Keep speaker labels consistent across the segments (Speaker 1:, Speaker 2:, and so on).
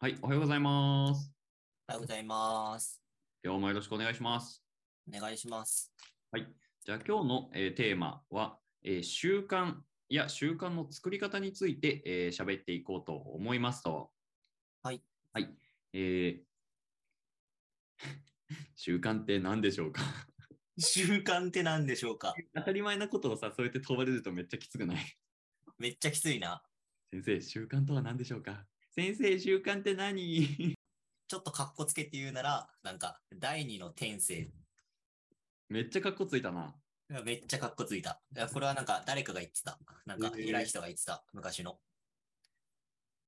Speaker 1: はい、おはようございます。
Speaker 2: おはようございます。
Speaker 1: 今日もよろしくお願いします。
Speaker 2: お願いします。
Speaker 1: はい。じゃあ今日の、えー、テーマは、えー、習慣や習慣の作り方について喋、えー、っていこうと思いますと。
Speaker 2: はい。
Speaker 1: はい。えー、 習慣って何でしょうか
Speaker 2: 習慣って何でしょうか
Speaker 1: 当たり前なことをさ、そうやって問われるとめっちゃきつくない
Speaker 2: めっちゃきついな。
Speaker 1: 先生、習慣とは何でしょうか先生、習慣って何
Speaker 2: ちょっとかっこつけて言うなら、なんか、第二の転生。
Speaker 1: めっちゃかっこついたな。
Speaker 2: めっちゃかっこついた。いやこれはなんか、誰かが言ってた。なんか、偉い人が言ってた、昔の。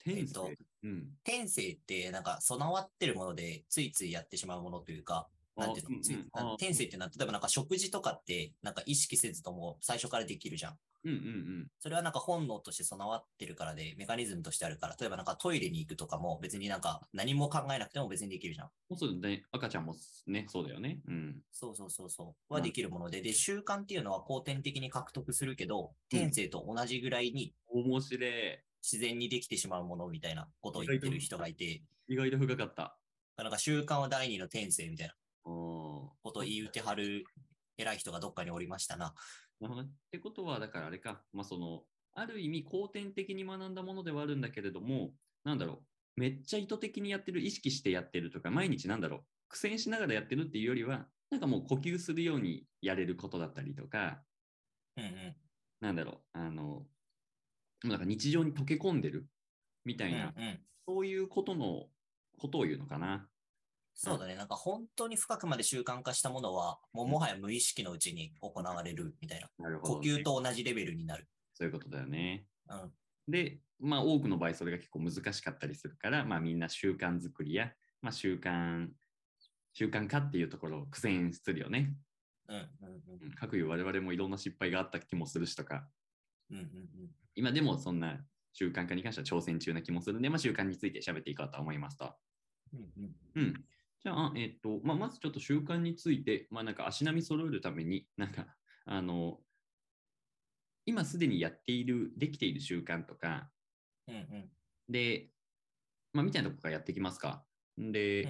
Speaker 1: 転生、えっと、
Speaker 2: うん、転生って、なんか、備わってるもので、ついついやってしまうものというか、なんていうの、うんうん、転生ってな、例えばなんか食事とかって、なんか意識せずとも最初からできるじゃん。
Speaker 1: うんうんうん、
Speaker 2: それはなんか本能として備わってるからで、メカニズムとしてあるから、例えばなんかトイレに行くとかも別になんか何も考えなくても別にできるじゃん。
Speaker 1: そうだね。赤ちゃんもね、そうだよね。うん。
Speaker 2: そうそうそうそう。はできるもので、で、習慣っていうのは後天的に獲得するけど、天性と同じぐらいに、
Speaker 1: 面白い。
Speaker 2: 自然にできてしまうものみたいなことを言ってる人がいて。
Speaker 1: 意外と深かった。
Speaker 2: なんか習慣は第二の天性みたいなことを言うてはる偉い人がどっかにおりましたな。
Speaker 1: なるほど。ってことは、だからあれか、まあ、その、ある意味、後天的に学んだものではあるんだけれども、なんだろう、めっちゃ意図的にやってる、意識してやってるとか、毎日なんだろう、苦戦しながらやってるっていうよりは、なんかもう呼吸するようにやれることだったりとか、
Speaker 2: うんうん、
Speaker 1: なんだろう、あの、なんか日常に溶け込んでるみたいな、
Speaker 2: うんうん、
Speaker 1: そういうことの、ことを言うのかな。
Speaker 2: そうだね。なんか本当に深くまで習慣化したものは、もうもはや無意識のうちに行われるみたいな。
Speaker 1: なる
Speaker 2: ほど、ね、呼吸と同じレベルになる。
Speaker 1: そういうことだよね。
Speaker 2: うん、
Speaker 1: で、まあ多くの場合それが結構難しかったりするから、まあみんな習慣作りや、まあ習慣、習慣化っていうところを苦戦するよね。
Speaker 2: うんうんうん。
Speaker 1: 各々我々もいろんな失敗があった気もするしとか。
Speaker 2: うんうんうん。
Speaker 1: 今でもそんな習慣化に関しては挑戦中な気もするんで、まあ習慣について喋っていこうと思いますと。
Speaker 2: うんうん
Speaker 1: うん、じゃあ、えっ、ー、と、まあ、まずちょっと習慣について、まあ、なんか足並み揃えるために、なんか、あの、今すでにやっている、できている習慣とか、
Speaker 2: うんうん、
Speaker 1: で、まあ、みたいなとこからやっていきますか。で、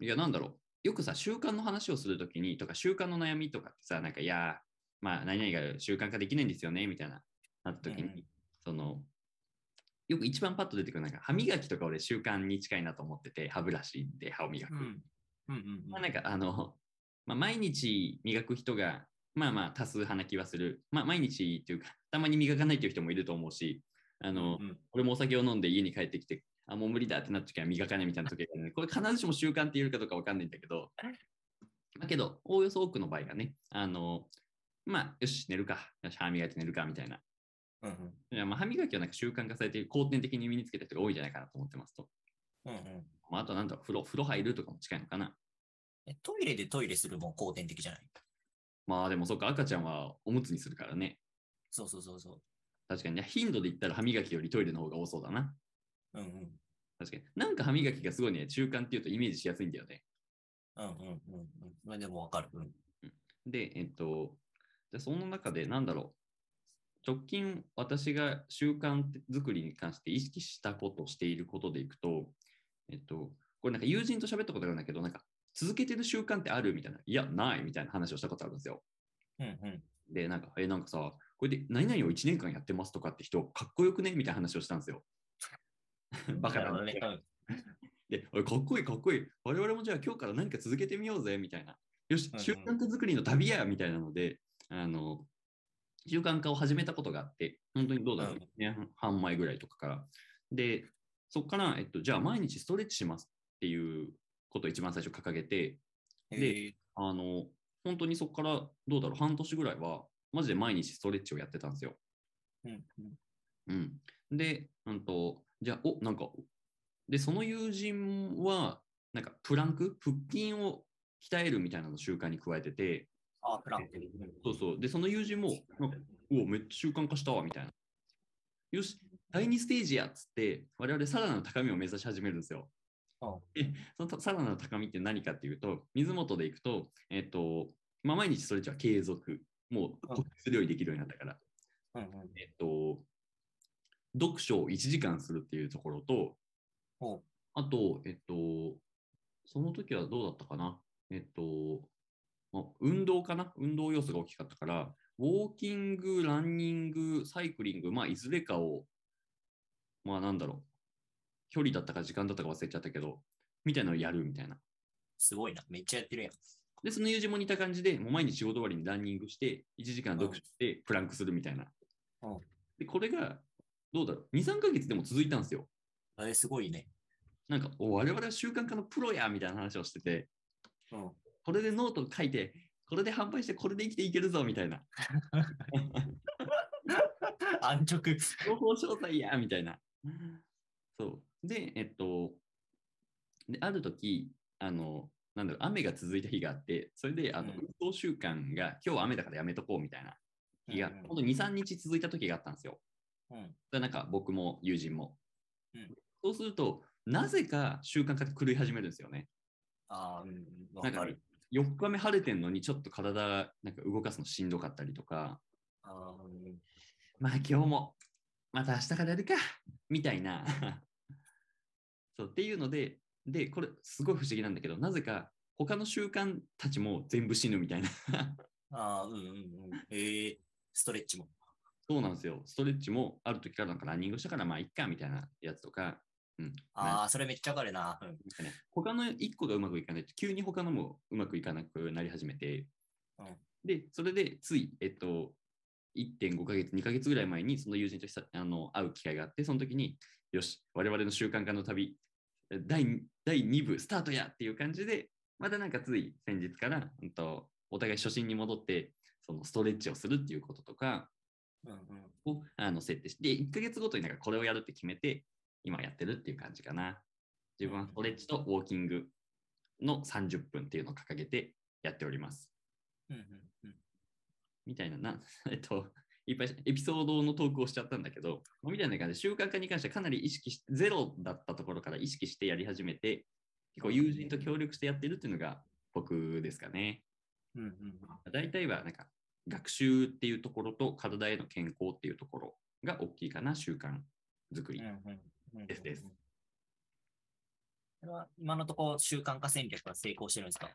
Speaker 1: うん、いや、なんだろう。よくさ、習慣の話をするときに、とか、習慣の悩みとかってさ、なんか、いや、まあ、何々が習慣化できないんですよね、みたいな、なったときに、うん、その、よく一番パッと出てくるなんか歯磨きとか俺習慣に近いなと思ってて歯ブラシで歯を磨く。うん
Speaker 2: うんうんうん、
Speaker 1: まあ、なんかあの、まあ、毎日磨く人がまあまあ多数派な気はする。まあ毎日っていうかたまに磨かないという人もいると思うし、あの、うん、俺もお酒を飲んで家に帰ってきて、あ、もう無理だってなった時は磨かないみたいな時がある、ね、これ必ずしも習慣って言えるかどうかわかんないんだけど、だけど、おおよそ多くの場合がね、あの、まあ、よし、寝るか。よし、歯磨いて寝るか、みたいな。
Speaker 2: うん
Speaker 1: うん、まあ歯磨きはなんか習慣化されて後天的に身につけた人が多いんじゃないかなと思ってますと。
Speaker 2: うんうん
Speaker 1: まあ、あとなんだ風呂、風呂入るとかも近いのかな。
Speaker 2: トイレでトイレするも後天的じゃない
Speaker 1: まあでもそっか、赤ちゃんはおむつにするからね。
Speaker 2: そうそうそうそう。
Speaker 1: 確かに、ね、頻度で言ったら歯磨きよりトイレの方が多そうだな。
Speaker 2: うんうん。
Speaker 1: 確かに。なんか歯磨きがすごいね、習慣っていうとイメージしやすいんだよね。
Speaker 2: うんうんうんうん。まあでもわかる。うん。
Speaker 1: で、えっと、じゃその中でなんだろう。直近私が習慣作りに関して意識したことしていることでいくと、えっと、これなんか友人と喋ったことがあるんだけど、なんか続けてる習慣ってあるみたいな、いや、ないみたいな話をしたことあるんですよ。、
Speaker 2: うんうん
Speaker 1: で、なんか、え、なんかさ、これで何々を1年間やってますとかって人、かっこよくねみたいな話をしたんですよ。バカだね。で、おい、かっこいい、かっこいい。我々もじゃあ今日から何か続けてみようぜ、みたいな。よし、習慣作りの旅や、みたいなので、あの、習慣化を始めたことがあって、本当にどうだろう、1年半前ぐらいとかから。で、そこから、えっと、じゃあ毎日ストレッチしますっていうことを一番最初掲げて、で、あの、本当にそこからどうだろう、半年ぐらいは、マジで毎日ストレッチをやってたんですよ。
Speaker 2: うん。
Speaker 1: うん、で、うんと、じゃあ、お、なんか、で、その友人は、なんか、プランク、腹筋を鍛えるみたいなの習慣に加えてて、
Speaker 2: あ、プラン
Speaker 1: そうそう。で、その友人も、おお、めっちゃ習慣化したわ、みたいな。よし、第2ステージやっつって、我々さらなる高みを目指し始めるんですよ。で、そのさらなる高みって何かっていうと、水元でいくと、えっ、ー、と、まあ、毎日ストレッチは継続。もう、呼吸するようにできるようになったから。
Speaker 2: うんうん、
Speaker 1: えっ、ー、と、読書を1時間するっていうところと、あと、えっと、その時はどうだったかなえっと、まあ運動かな運動要素が大きかったから、ウォーキング、ランニング、サイクリング、まあ、いずれかを、まあ、なんだろう、距離だったか時間だったか忘れちゃったけど、みたいなのをやるみたいな。
Speaker 2: すごいな。めっちゃやってるやん。
Speaker 1: で、その友人も似た感じで、もう毎日仕事終わりにランニングして、1時間読書して、プランクするみたいな
Speaker 2: うん。
Speaker 1: で、これが、どうだろう、2、3ヶ月でも続いたんですよ。
Speaker 2: あれすごいね。
Speaker 1: なんか、お我々は習慣化のプロやみたいな話をしてて、
Speaker 2: うん。
Speaker 1: これでノート書いて、これで販売して、これで生きていけるぞみたいな。
Speaker 2: 安直。
Speaker 1: 情報詳細やみたいな。そう。で、えっと、である時あの、なんだろう、雨が続いた日があって、それで、あの、
Speaker 2: うん
Speaker 1: 運動習慣が、今日は雨だからやめとこうみたいな日が、
Speaker 2: うんうん
Speaker 1: ほんと2、3日続いた時があったんですよ。
Speaker 2: うん。
Speaker 1: でなんか、僕も友人も。
Speaker 2: うん
Speaker 1: そうすると、なぜか習慣化って狂い始めるんですよね。
Speaker 2: ああ、うん。わ
Speaker 1: なん
Speaker 2: か
Speaker 1: か
Speaker 2: る。、
Speaker 1: 4日目晴れてんのに、ちょっと体、なんか動かすのしんどかったりとか、
Speaker 2: あーうん
Speaker 1: まあ今日も、また明日からやるか、みたいな。 そうっていうので、で、これすごい不思議なんだけど、なぜか他の習慣たちも全部死ぬみたいな。
Speaker 2: あー、うんうんうん。ええストレッチも。
Speaker 1: そうなんですよ。ストレッチもある時からなんかランニングしたからまあいっかみたいなやつとか、うん。
Speaker 2: ああ、それめっちゃわかるな。うん。
Speaker 1: なんかね、他の1個がうまくいかないと、急に他のもうまくいかなくなり始めて、
Speaker 2: うん
Speaker 1: で、それでつい、えっと、1.5ヶ月、2ヶ月ぐらい前に、その友人と久あの会う機会があって、その時に、よし、我々の習慣化の旅、え第二第2部スタートやっていう感じで、またなんかつい先日から、うんと、お互い初心に戻って、そのストレッチをするっていうこととか
Speaker 2: うんうん。
Speaker 1: をあの設定して、1ヶ月ごとになんかこれをやるって決めて、今やってるっていう感じかな。自分はストレッチとウォーキングの30分っていうのを掲げてやっております。
Speaker 2: うんうんうん。
Speaker 1: みたいな、 なえっと、いっぱいエピソードのトークをしちゃったんだけど、まあみたいな感じで習慣化に関してはかなり意識し、ゼロだったところから意識してやり始めて、結構友人と協力してやってるっていうのが僕ですかね。
Speaker 2: うんうん
Speaker 1: 大体はなんか学習っていうところと体への健康っていうところが大きいかな、習慣作り。
Speaker 2: うんうん。
Speaker 1: ですです
Speaker 2: うんうんうん。これは今のところ習慣化戦略は成功してるんですか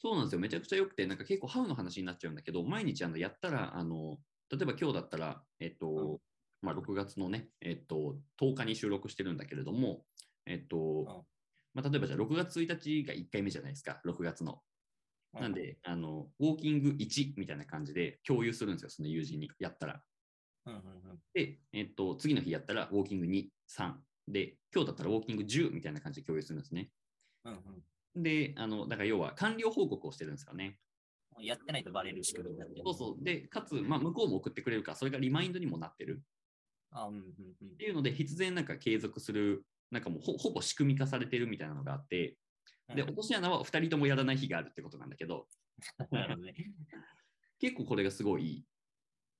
Speaker 1: そうなんですよ。めちゃくちゃ良くて、なんか結構ハウの話になっちゃうんだけど、毎日あのやったら、あの、例えば今日だったら、えっと、まあ、6月のね、えっと、10日に収録してるんだけれども、えっと、まあ、例えばじゃあ6月1日が1回目じゃないですか、6月の。なん。で、あの、ウォーキング1みたいな感じで共有するんですよ、その友人にやったら。
Speaker 2: うんうんうん。
Speaker 1: で、えっと、次の日やったらウォーキング2、3。で、今日だったらウォーキング10みたいな感じで共有するんですね。
Speaker 2: うんうん
Speaker 1: で、あの、だから要は完了報告をしてるんですよね。
Speaker 2: やってないとバレる仕組みになってる。
Speaker 1: そうそう。で、かつ、まあ、向こうも送ってくれるから、それがリマインドにもなってる
Speaker 2: あうんうんうん
Speaker 1: っていう ので、必然なんか継続する、なんかもうほほぼ仕組み化されてるみたいなのがあって、
Speaker 2: うん。
Speaker 1: で、落とし穴は2人ともやらない日があるってことなんだけど、
Speaker 2: なるほどね。
Speaker 1: 結構これがすごいいい、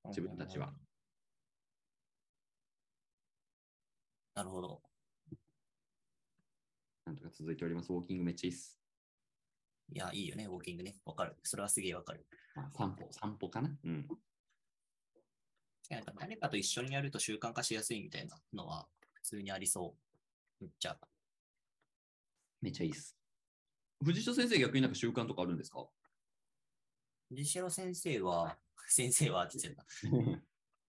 Speaker 1: 自分たちは。
Speaker 2: なるほど。
Speaker 1: なんとか続いております。ウォーキングめっちゃいいっす。
Speaker 2: いや、いいよね、ウォーキングね。わかる。それはすげえわかる。
Speaker 1: まあ、散歩、散歩かな。うん。
Speaker 2: なんか誰かと一緒にやると習慣化しやすいみたいなのは普通にありそう。めっちゃ。
Speaker 1: めっちゃいいっす。藤井先生、逆になんか習慣とかあるんです か
Speaker 2: 藤代先生は、 先生はって言って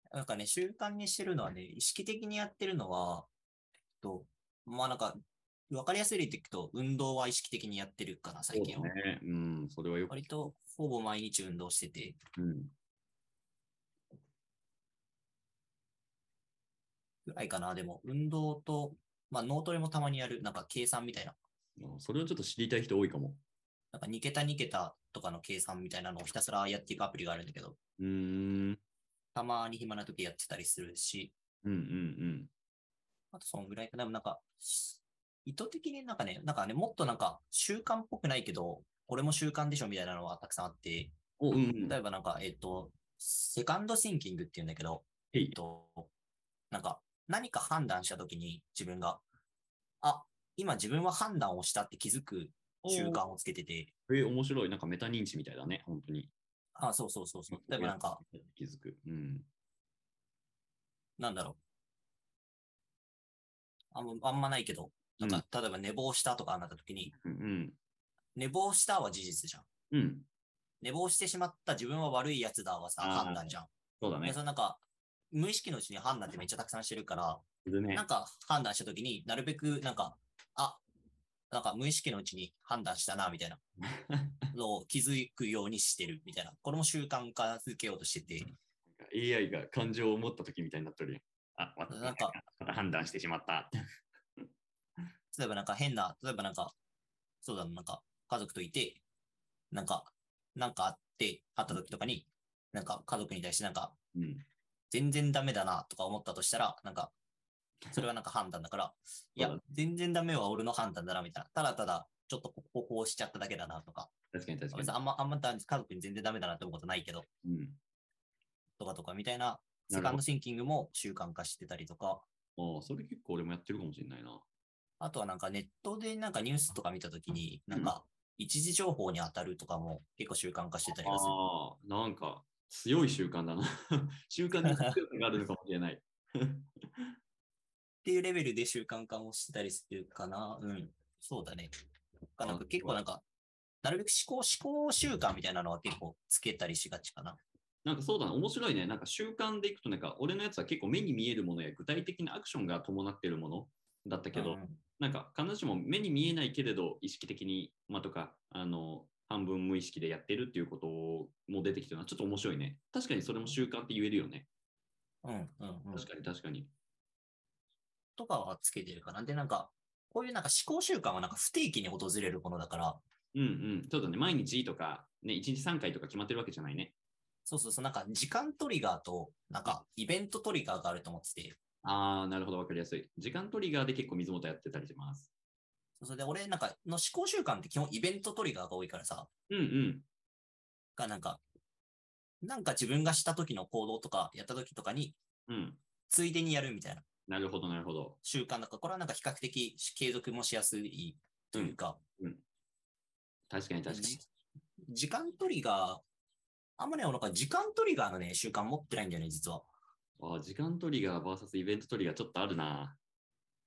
Speaker 2: た。なんかね、習慣にしてるのはね、意識的にやってるのは、えっと、まあなんか、わかりやすい例でいくと、運動は意識的にやってるかな、最近は。
Speaker 1: そうだね。うん、それはよく。
Speaker 2: 割と、ほぼ毎日運動してて、
Speaker 1: うん。
Speaker 2: ぐらいかな。でも、運動と、まあ脳トレもたまにやる、なんか計算みたいな。
Speaker 1: それをちょっと知りたい人多いかも。
Speaker 2: なんか2桁2桁とかの計算みたいなのをひたすらやっていくアプリがあるんだけど、
Speaker 1: うーん。
Speaker 2: たまに暇な時やってたりするし、
Speaker 1: うんうんうん。
Speaker 2: あとそのぐらいかな。でもなんか、意図的になんかね、なんかね、もっとなんか習慣っぽくないけど、これも習慣でしょみたいなのはたくさんあって、
Speaker 1: お、うんうん。
Speaker 2: 例えばなんか、えっ、と、セカンドシンキングって言うんだけど、
Speaker 1: へ
Speaker 2: え
Speaker 1: い
Speaker 2: っと、なんか何か判断した時に自分が、あ、今自分は判断をしたって気づく習慣をつけてて、
Speaker 1: えー面白い。なんかメタ認知みたいだね、本当に。
Speaker 2: あ、そうそうそうそう。例えばなんか、、
Speaker 1: 気づく。うん。
Speaker 2: なんだろう。あんま、あんまないけど、なんか、例えば寝坊したとかなった時に、
Speaker 1: うん。
Speaker 2: 寝坊したは事実じゃん。
Speaker 1: うん。
Speaker 2: 寝坊してしまった自分は悪いやつだはさ、
Speaker 1: あー
Speaker 2: 判断じゃん。
Speaker 1: そうだ
Speaker 2: で
Speaker 1: ね
Speaker 2: そ。のなんか、無意識のうちに判断ってめっちゃたくさんしてるから、
Speaker 1: するね
Speaker 2: なんか判断した時になるべくなんか、あ、なんか無意識のうちに判断したな、みたいなのを気づくようにしてるみたいな。これも習慣化づけようとしてて、
Speaker 1: AI が感情を持った時みたいになってるやん。あ、わ
Speaker 2: なんか、
Speaker 1: 判断してしま った。
Speaker 2: 例えばなんか変な、例えばなんか、そうだな、なんか家族といて、なんか、なんかあって、あった時とかに、なんか家族に対してなんか、
Speaker 1: うん。
Speaker 2: 全然ダメだなとか思ったとしたら、なんか、それはなんか判断だから、いや
Speaker 1: そう、
Speaker 2: 全然ダメは俺の判断だなみたいな。ただただ、ちょっとこここうしちゃっただけだなとか、
Speaker 1: 確かに確か
Speaker 2: 別にあんま、あんまだ家族に全然ダメだなって思うことないけど、
Speaker 1: に。うん。
Speaker 2: とかとかみたいな、
Speaker 1: な
Speaker 2: セ
Speaker 1: る
Speaker 2: カ
Speaker 1: ほど
Speaker 2: ンドシンキングも習慣化してたりとか、
Speaker 1: ああ、それ結構俺もやってるかもしれないな。
Speaker 2: あとはなんかネットでなんかニュースとか見たときに、なんか一時情報に当たるとかも結構習慣化してたりはする。
Speaker 1: ああ、なんか強い習慣だな。 習慣に強さがあるのかもしれない。
Speaker 2: っていうレベルで習慣化もしてたりするかな。うん。そうだね。
Speaker 1: あ
Speaker 2: なんか結構なんか、なるべく思考、思考習慣みたいなのは結構つけたりしがちかな。
Speaker 1: なんかそうだな、面白いね。なんか習慣でいくと、なんか俺のやつは結構目に見えるものや具体的なアクションが伴っているものだったけど、
Speaker 2: うん
Speaker 1: なんか必ずしも目に見えないけれど意識的に、まあ、とかあの半分無意識でやってるっていうことも出てきてるのはちょっと面白いね。確かにそれも習慣って言えるよね。
Speaker 2: うん、うん、うん
Speaker 1: 確。かに確かに。
Speaker 2: とかはつけてるかな。で、なんか、こういうなんか思考習慣はなんか不定期に訪れるものだから、
Speaker 1: うんうん。そうだね。毎日とか、ね、1日3回とか決まってるわけじゃないね。
Speaker 2: そうそうそう、なんか時間トリガーと、なんかイベントトリガーがあると思ってて、
Speaker 1: ああ、なるほど、わかりやすい。時間トリガーで結構水元やってたりします。
Speaker 2: そうそれで俺なんかの思考習慣って基本イベントトリガーが多いからさ、
Speaker 1: うんうん。
Speaker 2: がなんか、なんか自分がした時の行動とかやった時とかに、
Speaker 1: うん。
Speaker 2: ついでにやるみたいな
Speaker 1: なるほど、なるほど。
Speaker 2: 習慣だから、これはなんか比較的継続もしやすいというか、
Speaker 1: 確かに確かに。
Speaker 2: じ時間トリガー、あんまね、俺なんか時間トリガーのね、習慣持ってないんだよね、実は。
Speaker 1: ああ、時間トリガー VS イベントトリガーちょっとあるな。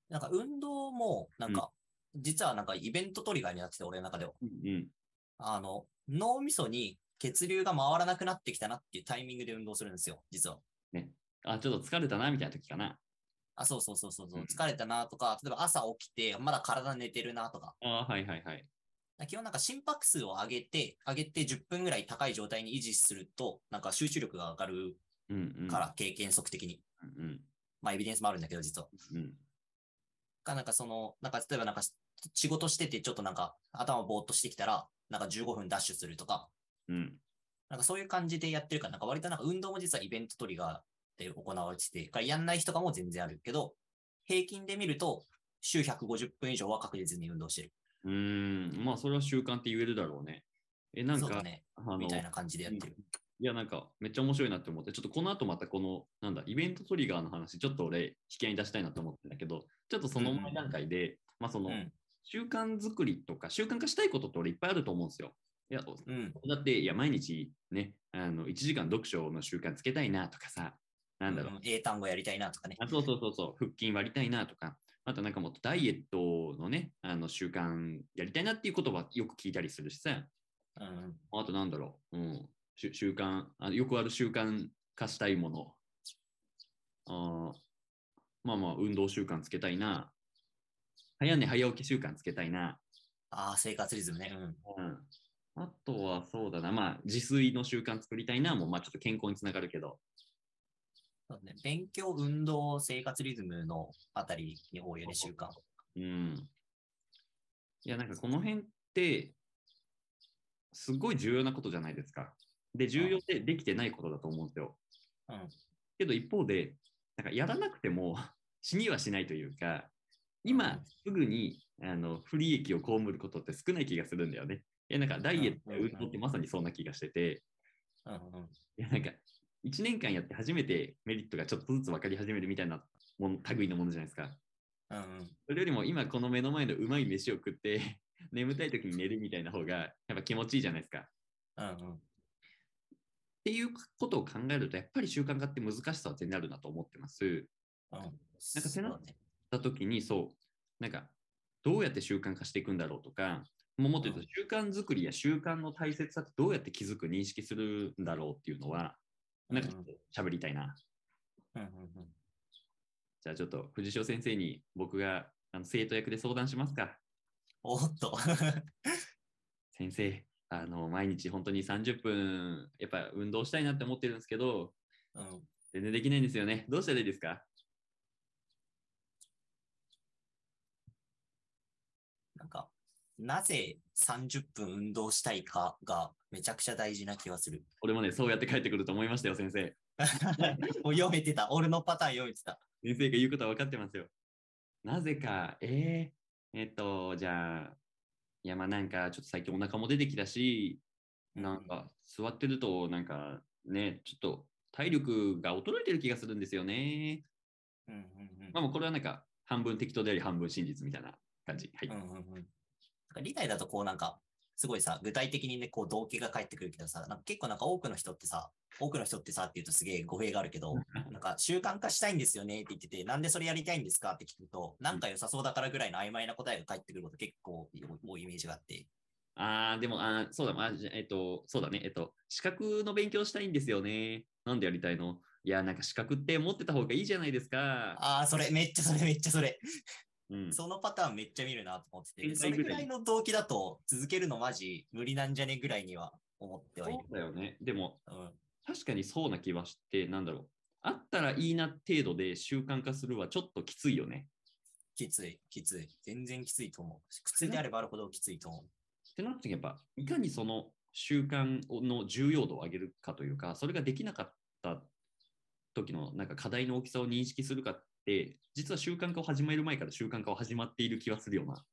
Speaker 2: なんか運動も、なんか、実はなんかイベントトリガーになってて、俺の中では。
Speaker 1: うんうん。
Speaker 2: あの、脳みそに血流が回らなくなってきたなっていうタイミングで運動するんですよ、実は。
Speaker 1: あ、ちょっと疲れたな、みたいな時かな。
Speaker 2: あ、そうそうそうそうそう、
Speaker 1: うん
Speaker 2: 疲れたなとか、例えば朝起きて、まだ体寝てるなとか。
Speaker 1: ああ、はいはいはい。
Speaker 2: 基本なんか心拍数を上げて、上げて10分ぐらい高い状態に維持すると、なんか集中力が上がる
Speaker 1: うんうん。
Speaker 2: から、経験則的に。
Speaker 1: うんうん。
Speaker 2: まあエビデンスもあるんだけど、実は。
Speaker 1: うん。
Speaker 2: か、なんかその、なんか例えばなんかし仕事しててちょっとなんか頭ぼーっとしてきたら、なんか15分ダッシュするとか、
Speaker 1: うん。
Speaker 2: なんかそういう感じでやってるから、なんか割となんか運動も実はイベントトリガーで行われてて、からやんない人かも全然あるけど、平均で見ると、週150分以上は確実に運動してる。
Speaker 1: うーん。まあ、それは習慣って言えるだろうね。え、なん
Speaker 2: そうだ
Speaker 1: か、
Speaker 2: ね。
Speaker 1: あの、
Speaker 2: みたいな感じでやってる。
Speaker 1: いや、なんか、めっちゃ面白いなって思って、ちょっとこの後またこの、なんだ、イベントトリガーの話、ちょっと俺、引き合いに出したいなと思ってんだけど、ちょっとその前段階で、まあ、そうの、
Speaker 2: ん。
Speaker 1: 習慣作りとか、習慣化したいことって俺いっぱいあると思うんですよ。いや、
Speaker 2: うん。
Speaker 1: だって、いや、毎日ね、あの、1時間読書の習慣つけたいなとかさ、なんだろう、
Speaker 2: う。英単語やりたいなとかね。
Speaker 1: あそうそうそうそう、腹筋割りたいなとか、あとなんかもっとダイエットのね、あの習慣やりたいなっていう言葉よく聞いたりするしさ、
Speaker 2: うん。
Speaker 1: あとなんだろう、うん、しゅ習慣あ、よくある習慣化したいもの、あーまあまあ運動習慣つけたいな、早寝早起き習慣つけたいな、
Speaker 2: ああ、生活リズムね。うん。
Speaker 1: うん、あとはそうだな、まあ自炊の習慣作りたいな、もうまあちょっと健康につながるけど、
Speaker 2: そうだね、勉強、運動、生活リズムのあたりに多いよね、習慣。
Speaker 1: うん。いや、なんかこの辺って、すごい重要なことじゃないですか。で、重要でできてないことだと思うんですよ。
Speaker 2: うん
Speaker 1: けど一方で、なんかやらなくても 死にはしないというか、
Speaker 2: う
Speaker 1: 今
Speaker 2: ん
Speaker 1: すぐにあの不利益を被ることって少ない気がするんだよね。いや、なんかダイエットや運動ってまさにそんな気がしてて、
Speaker 2: うんうん。
Speaker 1: いや、なんか1年間やって初めてメリットがちょっとずつ分かり始めるみたいなもの類のものじゃないですか。
Speaker 2: うんうん。
Speaker 1: それよりも今この目の前のうまい飯を食って眠たい時に寝るみたいな方がやっぱ気持ちいいじゃないですか。っ
Speaker 2: うんうん。
Speaker 1: ていうことを考えるとやっぱり習慣化って難しさは全然あるなと思ってます。
Speaker 2: うん。なん
Speaker 1: か背中
Speaker 2: ね。
Speaker 1: だ時にそうなんかどうやって習慣化していくんだろうとか、もうもっと言うと習慣作りや習慣の大切さってどうやって気づく、認識するんだろうっていうのは、なんかちょっと喋りたいな。
Speaker 2: うんうんうん
Speaker 1: じゃあちょっと藤代先生に僕があの生徒役で相談しますか。
Speaker 2: おっと。
Speaker 1: 先生、あの毎日本当に30分、やっぱ運動したいなって思ってるんですけど、
Speaker 2: うん、
Speaker 1: 全然できないんですよね。どうしたらいいですか
Speaker 2: なんか、なぜ30分運動したいかがめちゃくちゃ大事な気がする。
Speaker 1: 俺もね、そうやって帰ってくると思いましたよ、先生。
Speaker 2: もう読めてた。俺のパターン読めてた。
Speaker 1: 先生が言うことは分かってますよ。なぜか、えー、えっと、じゃあ、いや、まあなんか、ちょっと最近お腹も出てきたし、なんか、座ってると、なんか、ね、ちょっと体力が衰えてる気がするんですよね。
Speaker 2: うんうんうん
Speaker 1: まあもうこれはなんか、半分適当であり、半分真実みたいな感じ。はい。
Speaker 2: うんうんうん。なんか理解だとこうなんか、すごいさ、具体的にね、こう動機が返ってくるけどさ、なんか結構なんか多くの人ってさ、多くの人ってさって言うとすげえ語弊があるけど、なんか習慣化したいんですよねって言ってて、なんでそれやりたいんですかって聞くと、なんか良さそうだからぐらいの曖昧な答えが返ってくること結構多いイメージがあって。
Speaker 1: ああ、でも、あーそうだ、あじゃえっと、そうだね、えっと、資格の勉強したいんですよね。なんでやりたいのいや、なんか資格って持ってた方がいいじゃないですか。
Speaker 2: ああ、それめっちゃそれめっちゃそれ。
Speaker 1: うん、
Speaker 2: そのパターンめっちゃ見るなと思ってて、
Speaker 1: 天
Speaker 2: そ
Speaker 1: 才
Speaker 2: れ
Speaker 1: ぐ
Speaker 2: ぐ
Speaker 1: らい
Speaker 2: らいの動機だと続けるのマジ無理なんじゃねぐらいには思ってはいる
Speaker 1: そ。うだよね。でも、
Speaker 2: うん。
Speaker 1: 確かにそうな気はして、なんだろう。あったらいいな程度で習慣化するはちょっときついよね。
Speaker 2: きつい、きつい。全然きついと思う。苦痛であればあるほどきついと思う。
Speaker 1: ってなった時やっぱ、いかにその習慣の重要度を上げるかというか、それができなかった時のなんか課題の大きさを認識するかって、実は習慣化を始める前から習慣化を始まっている気はするよな。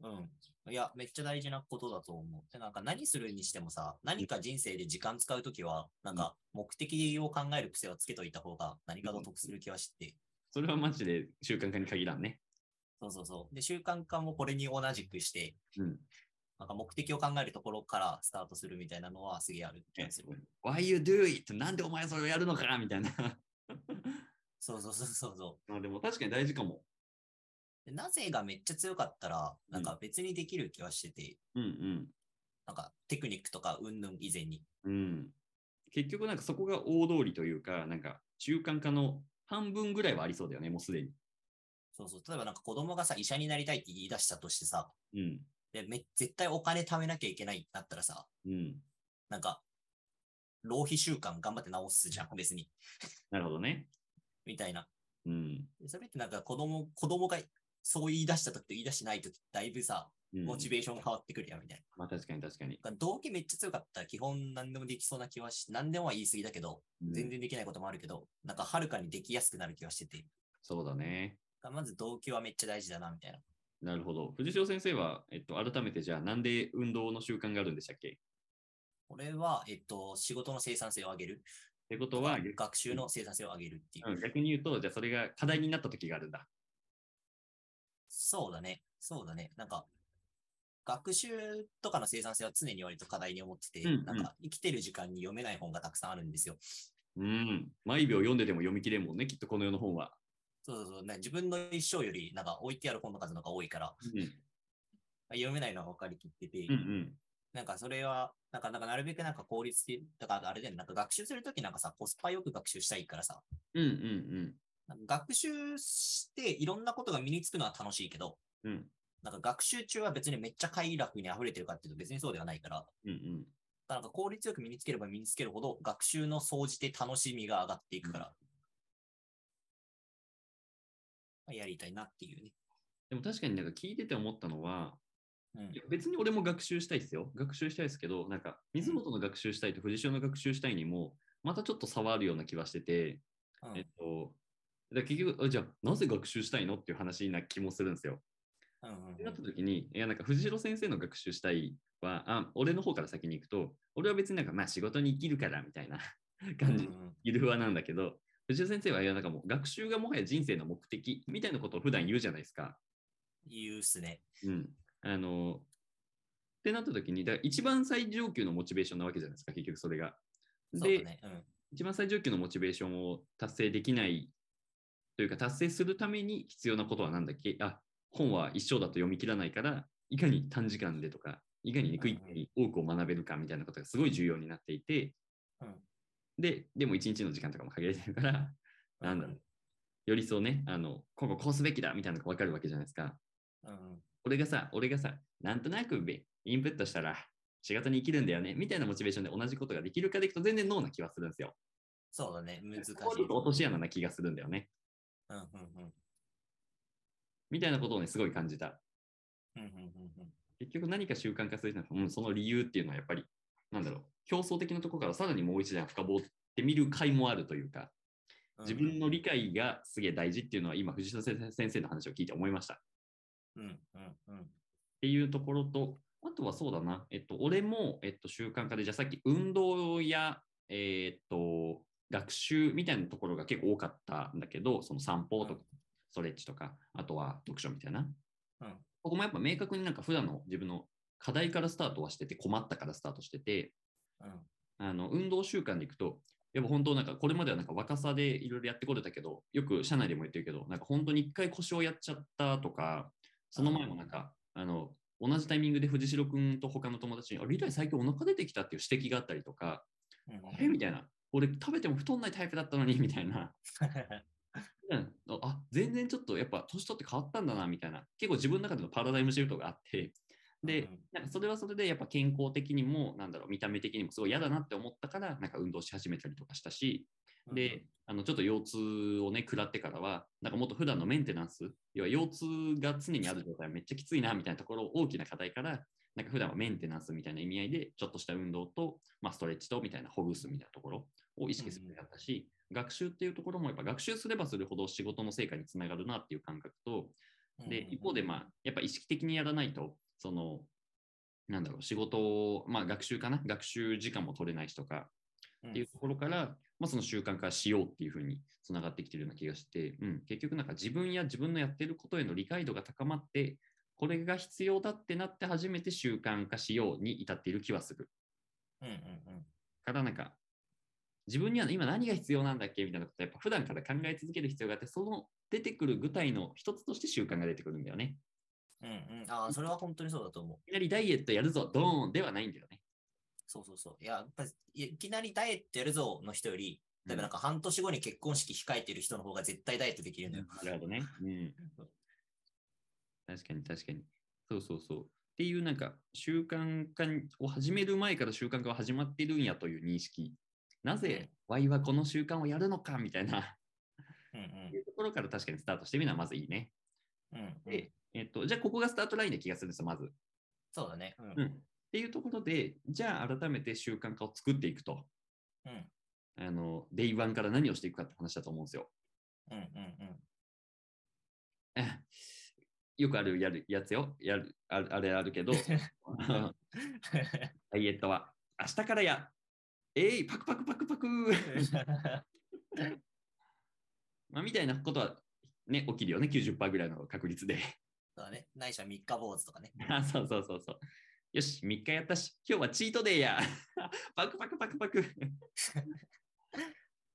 Speaker 2: うん。いや、めっちゃ大事なことだと思う。でなんか何するにしてもさ、何か人生で時間使うときは、なんか目的を考える癖をつけといた方が何かと得する気はして。
Speaker 1: それはマジで習慣化に限らんね。
Speaker 2: そうそうそう。で、習慣化もこれに同じくして、
Speaker 1: うん。
Speaker 2: なんか目的を考えるところからスタートするみたいなのはすげえある気がする。
Speaker 1: Why you do it? なんでお前それをやるのかみたいな。
Speaker 2: そうそうそうそうそ う。
Speaker 1: まあでも確かに大事かも。
Speaker 2: でなぜがめっちゃ強かったら、なんか別にできる気はしてて、
Speaker 1: うんうん。
Speaker 2: なんかテクニックとかうんぬん以前に。
Speaker 1: うん、結局なんかそこが大通りというか、なんか習慣化の半分ぐらいはありそうだよね、もうすでに。
Speaker 2: そうそう。例えばなんか子供がさ、医者になりたいって言い出したとしてさ、
Speaker 1: うん。
Speaker 2: でめ絶対お金貯めなきゃいけないってなったらさ、
Speaker 1: うん。
Speaker 2: なんか、浪費習慣頑張って直すじゃん、別に。
Speaker 1: なるほどね。
Speaker 2: みたいな。
Speaker 1: うん。
Speaker 2: でそれってなんか子供、子供がそう言い出した時と言い出してない時だいぶさ、
Speaker 1: うん、
Speaker 2: モチベーション変わってくるやん、みたいな。
Speaker 1: まあ確かに確かに。
Speaker 2: だから動機めっちゃ強かったら基本何でもできそうな気はし、何でもは言い過ぎだけど、
Speaker 1: うん
Speaker 2: 全然できないこともあるけど、なんかはるかにできやすくなる気はしてて。だ
Speaker 1: そうだね。
Speaker 2: からまず動機はめっちゃ大事だな、みたいな。
Speaker 1: なるほど。藤代先生は、えっと、改めてじゃあ、なんで運動の習慣があるんでしたっけっ
Speaker 2: これは、えっと、仕事の生産性を上げる。
Speaker 1: てことは、逆
Speaker 2: 学習の生産性を上げるっていう。
Speaker 1: うん逆に言うと、じゃあそれが課題になった時があるんだ。
Speaker 2: そうだね。そうだね。なんか、学習とかの生産性は常に割と課題に思ってて、
Speaker 1: うんうん
Speaker 2: なんか生きてる時間に読めない本がたくさんあるんですよ。
Speaker 1: うん。毎秒読んでても読み切れんもんね、きっとこの世の本は。
Speaker 2: そうそうそう、ね。自分の一生よりなんか置いてある本の数の方が多いから、
Speaker 1: うん。
Speaker 2: 読めないのは分かりきってて、
Speaker 1: うんうん。
Speaker 2: なんかそれは、なんかなんかなるべくなんか効率的、だからあれだよね、なんか学習するときなんかさ、コスパよく学習したいからさ、
Speaker 1: うんうん
Speaker 2: なんか学習していろんなことが身につくのは楽しいけど、
Speaker 1: うん。うん
Speaker 2: なんか学習中は別にめっちゃ快楽に溢れてるかっていうと別にそうではないから、
Speaker 1: うんうん。
Speaker 2: なんか効率よく身につければ身につけるほど学習の総じて楽しみが上がっていくから、まあやりたいなっていうね。
Speaker 1: でも確かになんか聞いてて思ったのは、
Speaker 2: うん
Speaker 1: いや別に俺も学習したいですよ。学習したいですけど、なんか水本の学習したいと藤代の学習したいにも、またちょっと差はあるような気はしてて、
Speaker 2: うん
Speaker 1: えっと、だから結局、あじゃあなぜ学習したいのっていう話な気もするんですよ。
Speaker 2: うんうん
Speaker 1: ってなった時に、いやなんか藤代先生の学習したいは、あ俺の方から先に行くと、俺は別になんかまあ仕事に生きるからみたいな
Speaker 2: うん
Speaker 1: 感
Speaker 2: うん
Speaker 1: じ、いるわなんだけど、藤代先生はいやなんかもう学習がもはや人生の目的みたいなことを普段言うじゃないですか。
Speaker 2: 言うっすね。
Speaker 1: うん、あのってなった時にだから一番最上級のモチベーションなわけじゃないですか結局それが。
Speaker 2: そう
Speaker 1: で、
Speaker 2: だね。うん。
Speaker 1: 一番最上級のモチベーションを達成できないというか達成するために必要なことは何だっけあ本は一生だと読み切らないから、いかに短時間でとか、いかにねクイックに多くを学べるかみたいなことがすごい重要になっていて、
Speaker 2: うん
Speaker 1: で、でも一日の時間とかも限られてるから、なんだろう。よりそうね、あの、今後こうすべきだみたいなのが分かるわけじゃないですか。
Speaker 2: うん。
Speaker 1: 俺がさ、俺がさ、なんとなくべインプットしたら仕事に生きるんだよね、みたいなモチベーションで同じことができるかできると全然脳な気がするんですよ。
Speaker 2: そうだね。難しい。
Speaker 1: ここはちょっと落とし穴な気がするんだよね。
Speaker 2: うんうんうん。
Speaker 1: みたいなことをね、すごい感じた。
Speaker 2: うんうんうんうん。
Speaker 1: 結局何か習慣化するのは、うん、その理由っていうのはやっぱり、なんだろう、競争的なところからさらにもう一段深掘ってみる回もあるというか、自分の理解がすげえ大事っていうのは今、藤田先生の話を聞いて思いました。
Speaker 2: うんうんうん。
Speaker 1: っていうところと、あとはそうだな、えっと、俺も、えっと、習慣化で、じゃあさっき運動や、えーっと、学習みたいなところが結構多かったんだけど、その散歩とか、ストレッチとか、あとは読書みたいな。
Speaker 2: うん
Speaker 1: ここもやっぱ明確になんか普段の自分の課題からスタートはしてて、困ったからスタートしてて、
Speaker 2: うん
Speaker 1: あの運動習慣でいくと、やっぱ本当なんかこれまではなんか若さでいろいろやってこれたけど、よく社内でも言ってるけど、なんか本当に一回腰をやっちゃったとか、その前もなんか、あの、同じタイミングで藤代くんと他の友達に、あ、リライ最近お腹出てきたっていう指摘があったりとか、
Speaker 2: うん
Speaker 1: あれみたいな、俺食べても太んないタイプだったのに、みたいな。うんあ、全然ちょっとやっぱ年取って変わったんだな、みたいな。結構自分の中でのパラダイムシフトがあって、で、
Speaker 2: うん
Speaker 1: なんかそれはそれでやっぱ健康的にもなんだろう見た目的にもすごい嫌だなって思ったからなんか運動し始めたりとかしたし
Speaker 2: うん
Speaker 1: で、あのちょっと腰痛をね食らってからはなんかもっと普段のメンテナンス要は腰痛が常にある状態はめっちゃきついなみたいなところを大きな課題からなんか普段はメンテナンスみたいな意味合いでちょっとした運動と、まあ、ストレッチとみたいなほぐすみたいなところを意識するようになったし、学習っていうところもやっぱ学習すればするほど仕事の成果につながるなっていう感覚と、
Speaker 2: うん
Speaker 1: で、一方で、まあ、やっぱ意識的にやらないと、その、なんだろう、仕事を、まあ、学習かな、学習時間も取れないしとか、
Speaker 2: うん
Speaker 1: っていうところから、まあ、その習慣化しようっていうふうにつながってきてるような気がして、うん、結局なんか自分や自分のやってることへの理解度が高まって、これが必要だってなって初めて習慣化しように至っている気はする。
Speaker 2: うんうん
Speaker 1: からなんか、自分には今何が必要なんだっけみたいなことやっぱ普段から考え続ける必要があって、その出てくる具体の一つとして習慣が出てくるんだよね。
Speaker 2: うん。うんうん。ああ、それは本当にそうだと思う。
Speaker 1: いきなりダイエットやるぞ、ドーンではないんだよね。
Speaker 2: そうそうそう。いや、やっぱりいいきなりダイエットやるぞの人より、例えばなんか半年後に結婚式控えてる人の方が絶対ダイエットできるんだよ。
Speaker 1: なるほどね。うん。確かに確かに。そうそうそう。っていうなんか習慣化を始める前から習慣化は始まってるんやという認識。なぜ Y はこの習慣をやるのかみたいな
Speaker 2: うんうん
Speaker 1: いうところから確かにスタートしてみるのはまずいいね。
Speaker 2: うんうん
Speaker 1: で、えっと、じゃあここがスタートラインな気がするんですよ、まず。
Speaker 2: そうだね。うん
Speaker 1: うん。っていうところで、じゃあ改めて習慣化を作っていくと。
Speaker 2: うん
Speaker 1: あの、デイワンから何をしていくかって話だと思うんですよ。
Speaker 2: うんうん
Speaker 1: え よくあるやるやつよ。やるああれあるけど、ダイエットは明日からや。えい、パクパクパクパクまあみたいなことは、ね、起きるよね。90%ぐらいの確率で。
Speaker 2: そうだね。ないしは三日坊主とかね。
Speaker 1: あそうそうそうそう。よし、3日やったし、今日はチートデーや。 パクパクパクパ ク。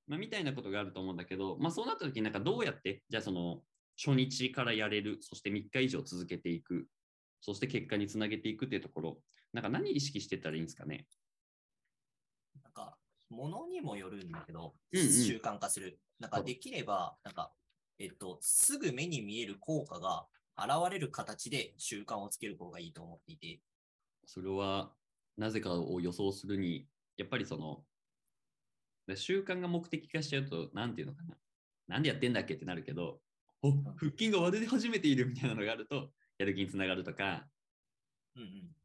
Speaker 1: まあ、みたいなことがあると思うんだけど、まあ、そうなった時になんかどうやって、じゃあその初日からやれる、そして3日以上続けていく、そして結果につなげていくっていうところ、なんか何意識してたらいいんですかね。
Speaker 2: なんか、ものにもよるんだけど、
Speaker 1: うんうん
Speaker 2: 習慣化する。なん
Speaker 1: そ
Speaker 2: か
Speaker 1: う
Speaker 2: できれば、なんか、えっと、すぐ目に見える効果が現れる形で習慣をつける方がいいと思っていて、
Speaker 1: それはなぜかを予想するに、やっぱりその、で習慣が目的化しちゃうと、なんていうのかな。なんでやってんだっけってなるけど、お腹筋が割れ始めているみたいなのがあると、やる気につながるとか、
Speaker 2: うんうん。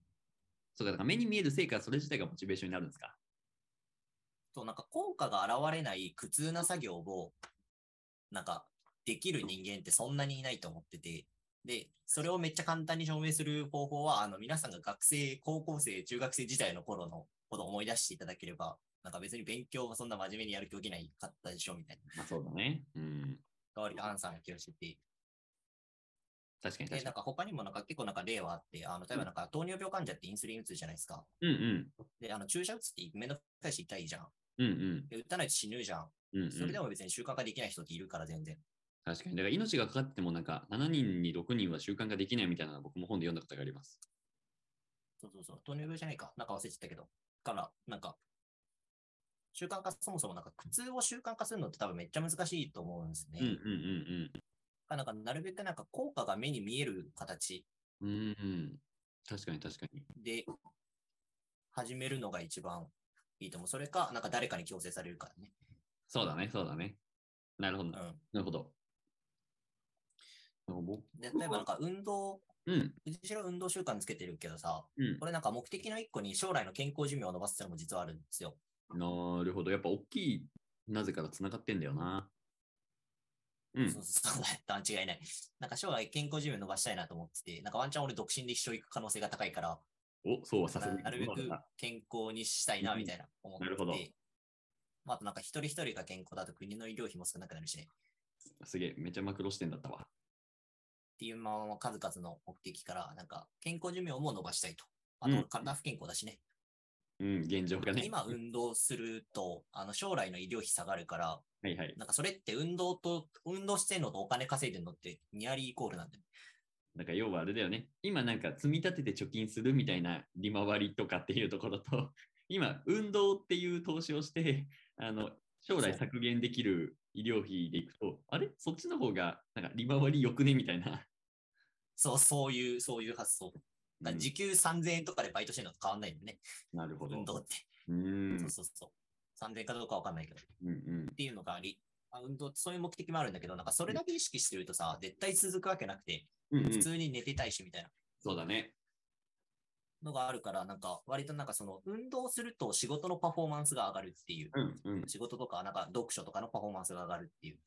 Speaker 1: そうか、だから目に見える成果、それ自体がモチベーションになるんですか。
Speaker 2: そう、なんか効果が現れない苦痛な作業を、なんか、できる人間ってそんなにいないと思ってて、で、それをめっちゃ簡単に証明する方法は、あの、皆さんが学生、高校生、中学生時代の頃のことを思い出していただければ、なんか別に勉強もそんな真面目にやる気起きないかったでしょ、みたいな。
Speaker 1: まあそうだね。うん。
Speaker 2: 代わり、アンさんが気をしてて。
Speaker 1: 確かに
Speaker 2: で、
Speaker 1: 確
Speaker 2: な
Speaker 1: か
Speaker 2: んか他にもなんか結構なんか例はあって、あの、例えばなんか糖尿病患者ってインスリン打つじゃないですか。
Speaker 1: に。うん
Speaker 2: で、あの、注射打つってめんどくさいし痛いじゃん。
Speaker 1: うん。うん
Speaker 2: で、打たないと死ぬじゃん。
Speaker 1: うん。うんうん、
Speaker 2: それでも別に習慣化できない人っているから全然。
Speaker 1: 確かに。だから命がかかってもなんか7人に6人は習慣ができないみたいなのは僕も本で読んだことがあります。
Speaker 2: そうそうそう。糖尿病じゃないか。なんか忘れちゃったけど。から、なんか、習慣化、そもそもなんか苦痛を習慣化するのって多分めっちゃ難しいと思うんですね。
Speaker 1: うんうん
Speaker 2: だからなんかなるべくなんか効果が目に見える形
Speaker 1: うんうん。うんうん。確かに確かに。
Speaker 2: で始めるのが一番いいと思う。それか、なんか誰かに強制されるからね。
Speaker 1: そうだね、そうだね。なるほど。な
Speaker 2: う
Speaker 1: るほど。なんか僕
Speaker 2: ん。で、例えばなんか運動、
Speaker 1: うん、
Speaker 2: うちら運動習慣つけてるけどさ、
Speaker 1: うん
Speaker 2: こ。れなんか目的の一個に将来の健康寿命を伸ばすっていうのも実はあるんですよ。
Speaker 1: なるほど。やっぱ大きいなぜからつながってんだよな。うん
Speaker 2: そ。うそう そう、間違いない。なんか将来健康寿命伸ばしたいなと思ってて、なんかワンチャン俺独身で一生行く可能性が高いから、
Speaker 1: お、そうはさすが
Speaker 2: な
Speaker 1: に
Speaker 2: なるべ
Speaker 1: そう
Speaker 2: く
Speaker 1: だ
Speaker 2: 健康にしたいな、みたいな思って
Speaker 1: なるほど
Speaker 2: まあ、あとなんか一人一人が健康だと国の医療費も少なくなるしね。っ
Speaker 1: なすげえ、めちゃマクロ視点だったわ。
Speaker 2: ていう、まあ、数々の目的から、なんか健康寿命も伸ばしたいと。あ
Speaker 1: うん
Speaker 2: と、体不健康だしね。
Speaker 1: うん、現状がね。
Speaker 2: 今運動すると、あの、将来の医療費下がるから、
Speaker 1: はいはい。
Speaker 2: なんかそれって運動と、運動してんのとお金稼いでんのってニアリーイコールなんだよ。
Speaker 1: なんか要はあれだよね。今なんか積み立てて貯金するみたいな利回りとかっていうところと、 今運動っていう投資をして、あの将来削減できる医療費でいくと、あれそっちの方がなんか利回りよくねみたいな。
Speaker 2: そう、そういう、そういう発想。だから時給3000円とかでバイトしてんのと変わんないよね。
Speaker 1: なるほど。
Speaker 2: 運動って。
Speaker 1: うーん。
Speaker 2: そうそうそう。3000円かどうかわかんないけど。
Speaker 1: うんうん。
Speaker 2: っていうのがあり、あ運動、そういう目的もあるんだけど、なんかそれだけ意識してるとさ、絶対続くわけなくて、
Speaker 1: うんう
Speaker 2: 普
Speaker 1: ん、
Speaker 2: 通に寝てたいしみたいな
Speaker 1: そうだね。
Speaker 2: のがあるから、なんか割となんかその運動すると仕事のパフォーマンスが上がるっていう、
Speaker 1: うんうん。
Speaker 2: 仕事とかなんか読書とかのパフォーマンスが上がるっていう。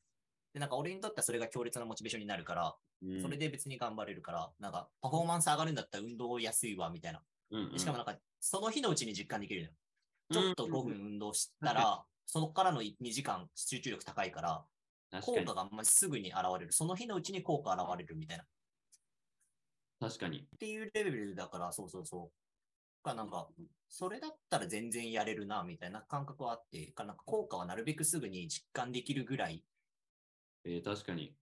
Speaker 2: で、なんか俺にとってはそれが強烈なモチベーションになるから、
Speaker 1: うん
Speaker 2: それで別に頑張れるから、なんかパフォーマンス上がるんだったら運動安いわみたいな。
Speaker 1: うんうん
Speaker 2: しかもなんかその日のうちに実感できるのよ。ちょっと
Speaker 1: うん
Speaker 2: 5分運動したら、そこからの2時間集中力高いから、
Speaker 1: 確
Speaker 2: 効
Speaker 1: かに
Speaker 2: 果があんまりすぐに現れる。その日のうちに効果現れるみたいな。っ
Speaker 1: 確かに。
Speaker 2: ていうレベルだから、そうそうそう。かなんか、それだったら全然やれるな、みたいな感覚はあって、かなんか効果はなるべくすぐに実感できるぐらい
Speaker 1: えー確かに。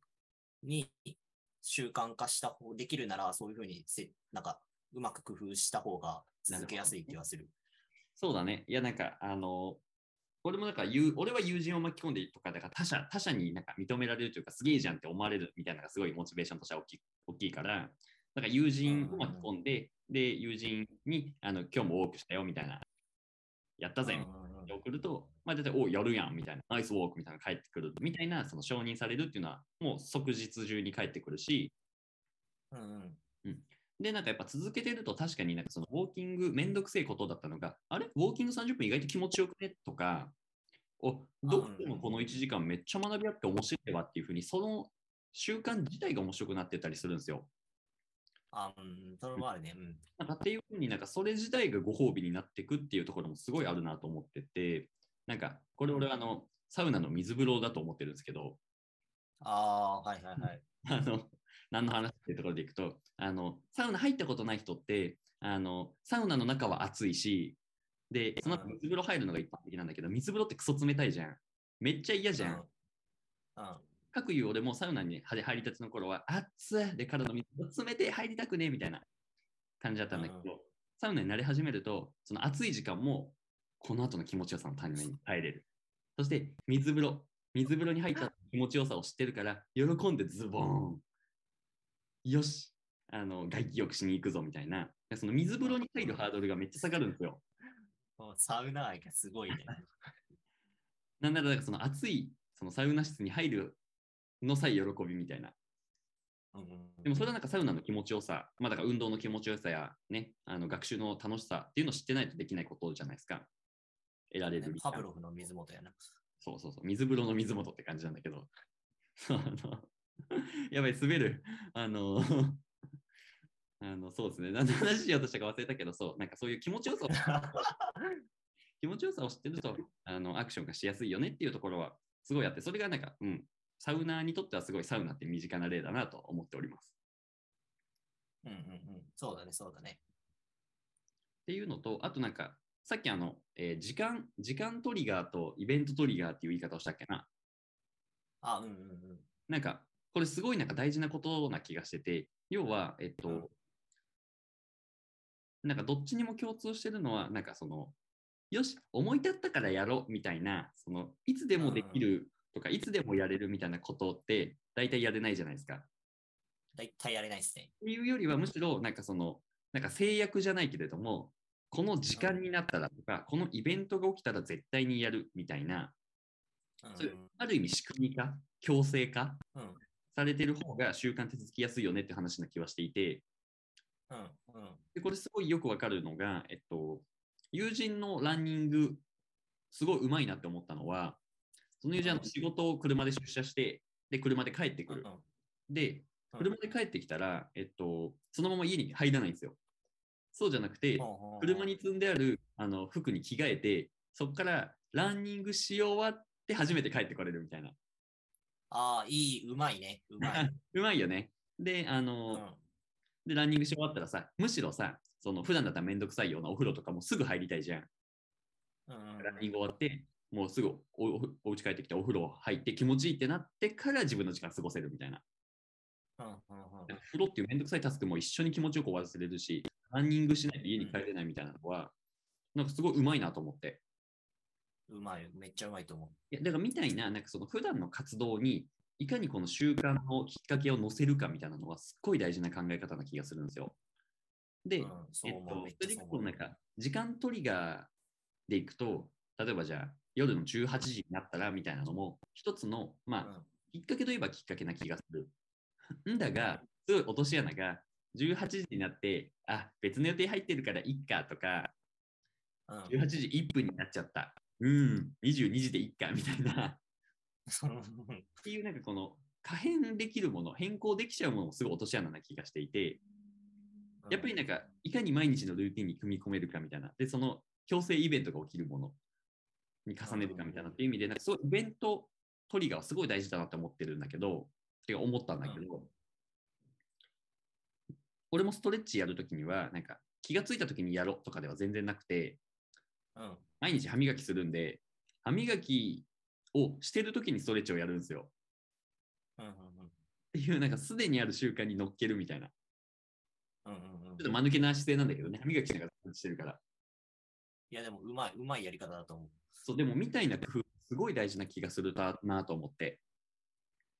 Speaker 2: に習慣化した方、できるなら、そういうふうにせ、なんか、うまく工夫した方が続けやすい気はする。
Speaker 1: そうだね。いや、なんか、あの、俺もなんか友、俺は友人を巻き込んでとか、だから他者、他者になんか認められるというか、すげえじゃんって思われるみたいなのがすごいモチベーションとしては大きい大きいから、なんか友人を巻き込んで、で、友人に、あの、今日もウォークしたよみたいな、やったぜみたいな。
Speaker 2: うんうんうん
Speaker 1: で送ると、まあ、大体、おやるやんみたいな、ナイスウォークみたいなの返ってくるみたいな、その承認されるっていうのは、もう即日中に返ってくるし、
Speaker 2: うんうん
Speaker 1: で、なんかやっぱ続けてると確かになんかそのウォーキングめんどくせえことだったのが、あれウォーキング30分意外と気持ちよくねとか、お、読書のこの1時間めっちゃ学びあって面白いわっていうふうに、その習慣自体が面白くなってたりするんですよ。
Speaker 2: あ、うん、それもあるね。うん。
Speaker 1: なんかっていうふうになんかそれ自体がご褒美になっていくっていうところもすごいあるなと思ってて、なんかこれ俺あの、サウナの水風呂だと思ってるんですけど、
Speaker 2: ああ、はいはいはい。
Speaker 1: あの、何の話っていうところでいくと、あの、サウナ入ったことない人って、あの、サウナの中は暑いし、で、その後水風呂入るのが一般的なんだけど、水風呂ってクソ冷たいじゃん。めっちゃ嫌じゃん。
Speaker 2: うん。うん。
Speaker 1: かくいう俺もサウナに入りたての頃は、暑いで体の水冷てえ入りたくねえみたいな感じだったんだけど、サウナに慣れ始めると、その暑い時間も、この後の気持ちよさのために耐えれる。そして、水風呂。水風呂に入った気持ちよさを知ってるから、喜んでズボーン。よし、あの、外気浴しに行くぞみたいな。その水風呂に入るハードルがめっちゃ下がるんですよ。
Speaker 2: もうサウナ愛がすごいね。
Speaker 1: なんなら、なんかその暑い、そのサウナ室に入るのさえ喜びみたいな。
Speaker 2: うんうんうん
Speaker 1: でもそれはなんかサウナの気持ちよさ、まあ、だから運動の気持ちよさや、ね、あの学習の楽しさっていうのを知ってないとできないことじゃないですか。得られる
Speaker 2: ね
Speaker 1: リター
Speaker 2: パ
Speaker 1: ン
Speaker 2: ブロフの水元やな。
Speaker 1: そうそうそう、水風呂の水元って感じなんだけど。 そうあの やばい、滑る。あの、 あのそうですね、何の話しようとしたか忘れたけど、そう、なんかそういう気持ちよさを 気持ちよさを知ってるとあの、アクションがしやすいよねっていうところはすごいあって、それがなんか、うん、サウナーにとってはすごいサウナって身近な例だなと思っております。
Speaker 2: うんうんうん。そうだね、そうだね。
Speaker 1: っていうのと、あとなんか、さっきあの、えー時間、時間トリガーとイベントトリガーっていう言い方をしたっけな。
Speaker 2: あ、うんうんうん。
Speaker 1: なんか、これすごいなんか大事なことな気がしてて、要は、えっと、なんかどっちにも共通してるのは、なんかその、よし、思い立ったからやろうみたいな、その、いつでもできるとか、いつでもやれるみたいなことって、大体やれないじゃないですか。っ
Speaker 2: だいたいやれないですね。
Speaker 1: ていうよりは、むしろ、なんかその、なんか制約じゃないけれども、この時間になったらとか、このイベントが起きたら絶対にやるみたいな、
Speaker 2: うん
Speaker 1: そうある意味仕組み化、強制化
Speaker 2: うん。
Speaker 1: されてる方が習慣って続きやすいよねって話な気はしていて、
Speaker 2: うん。うん。
Speaker 1: でこれすごいよくわかるのが、えっと、友人のランニング、すごい上手いなって思ったのは、その友人は仕事を車で出社して、で、車で帰ってく
Speaker 2: うん。
Speaker 1: る。で、車で帰ってきたら、えっと、そのまま家に入らないんですよ。そうじゃなくて、車に積んであるあの服に着替えて、そこからランニングし終わって初めて帰ってこれるみたいな。
Speaker 2: ああ、いい、うまいね。うまい。
Speaker 1: うまいよね。で、あ
Speaker 2: う
Speaker 1: の、
Speaker 2: ん。
Speaker 1: で、ランニングし終わったらさ、むしろさ、その普段だったらめんどくさいようなお風呂とかもすぐ入りたいじゃん。
Speaker 2: うん
Speaker 1: ランニング終わって、もうすぐおおお家帰ってきてお風呂入って気持ちいいってなってから自分の時間過ごせるみたいな。
Speaker 2: うんうん
Speaker 1: で風呂っていうめんどくさいタスクも一緒に気持ちよく終わらせれるし、ランニングしないと家に帰れないみたいなのは、なんかすごいうまいなと思って。
Speaker 2: うんうまい。めっちゃうまいと思
Speaker 1: いやだからみたいな、なんかその普段の活動にいかにこの習慣のきっかけを載せるかみたいなのはすっごい大事な考え方な気がするんですよ。
Speaker 2: う。
Speaker 1: で、
Speaker 2: うん。そう思う。め
Speaker 1: え
Speaker 2: っ
Speaker 1: っと、それ
Speaker 2: ち
Speaker 1: で結
Speaker 2: ゃそう思
Speaker 1: 構
Speaker 2: う。
Speaker 1: なんか、時間トリガーでいくと、例えばじゃあ、夜の18時になったらみたいなのも、一つの、まあ、きっかけといえばきっかけな気がす る。んだが、すごい落とし穴が、18時になって、あ、別の予定入ってるからいっかとか、
Speaker 2: うん。うん
Speaker 1: 18時1分になっちゃった。うん、22時でいっかみたいな。っていうなんかこの可変できるもの、変更できちゃうものもすごい落とし穴な気がしていて、 やっぱりなんか、いかに毎日のルーティンに組み込めるかみたいな、で、その強制イベントが起きるものに重ねるかみたいなっていう意味で、なんかそうイベントトリガーはすごい大事だなって思ってるんだけど、って思ったんだけど、俺もストレッチやるときには、なんか気がついたときにやろうとかでは全然なくて、
Speaker 2: うん。
Speaker 1: 毎日歯磨きするんで、歯磨きをしてるときにストレッチをやるんですよ。
Speaker 2: うん。
Speaker 1: っていう、なんかすでにある習慣に乗っけるみたいな。ち
Speaker 2: うん。うん。
Speaker 1: ょっと間抜けな姿勢なんだけどね、歯磨きしながらしてるから。
Speaker 2: いや、でも、うまい、うまいやり方だと思
Speaker 1: そう、でもみたいな工夫、すごい大事な気がするなと思って。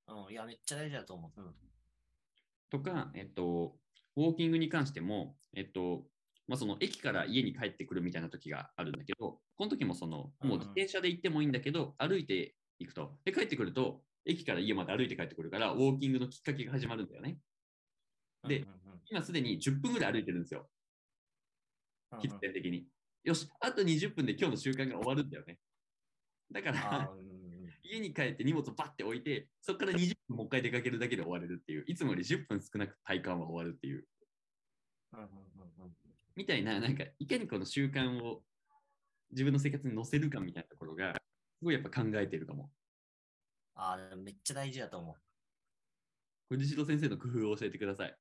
Speaker 2: う。うん。いや、めっちゃ大事だと思う。うん。
Speaker 1: とか、えっと、ウォーキングに関しても、えっと、まあ、その駅から家に帰ってくるみたいな時があるんだけど、この時もその、
Speaker 2: うんう
Speaker 1: もうん自転車で行ってもいいんだけど、歩いて行くと。で、帰ってくると、駅から家まで歩いて帰ってくるから、ウォーキングのきっかけが始まるんだよね。で
Speaker 2: うん
Speaker 1: 今すでに10分ぐらい歩いてるんですよ、
Speaker 2: うんうん、
Speaker 1: 必然的に。よし、あと20分で今日の習慣が終わるんだよね。だか
Speaker 2: あ
Speaker 1: ら
Speaker 2: ー、うんうんうん
Speaker 1: 家に帰って荷物をバッて置いて、そこから20分もう一回出かけるだけで終われるっていう、いつもより10分少なく体感は終わるっていう、
Speaker 2: うんうんうんうん
Speaker 1: みたいな、なんか、いかにこの習慣を自分の生活に乗せるかみたいなところが、すごいやっぱ考えてるかも。
Speaker 2: あー、でもめっちゃ大事だと思う。
Speaker 1: 藤代先生の工夫を教えてください。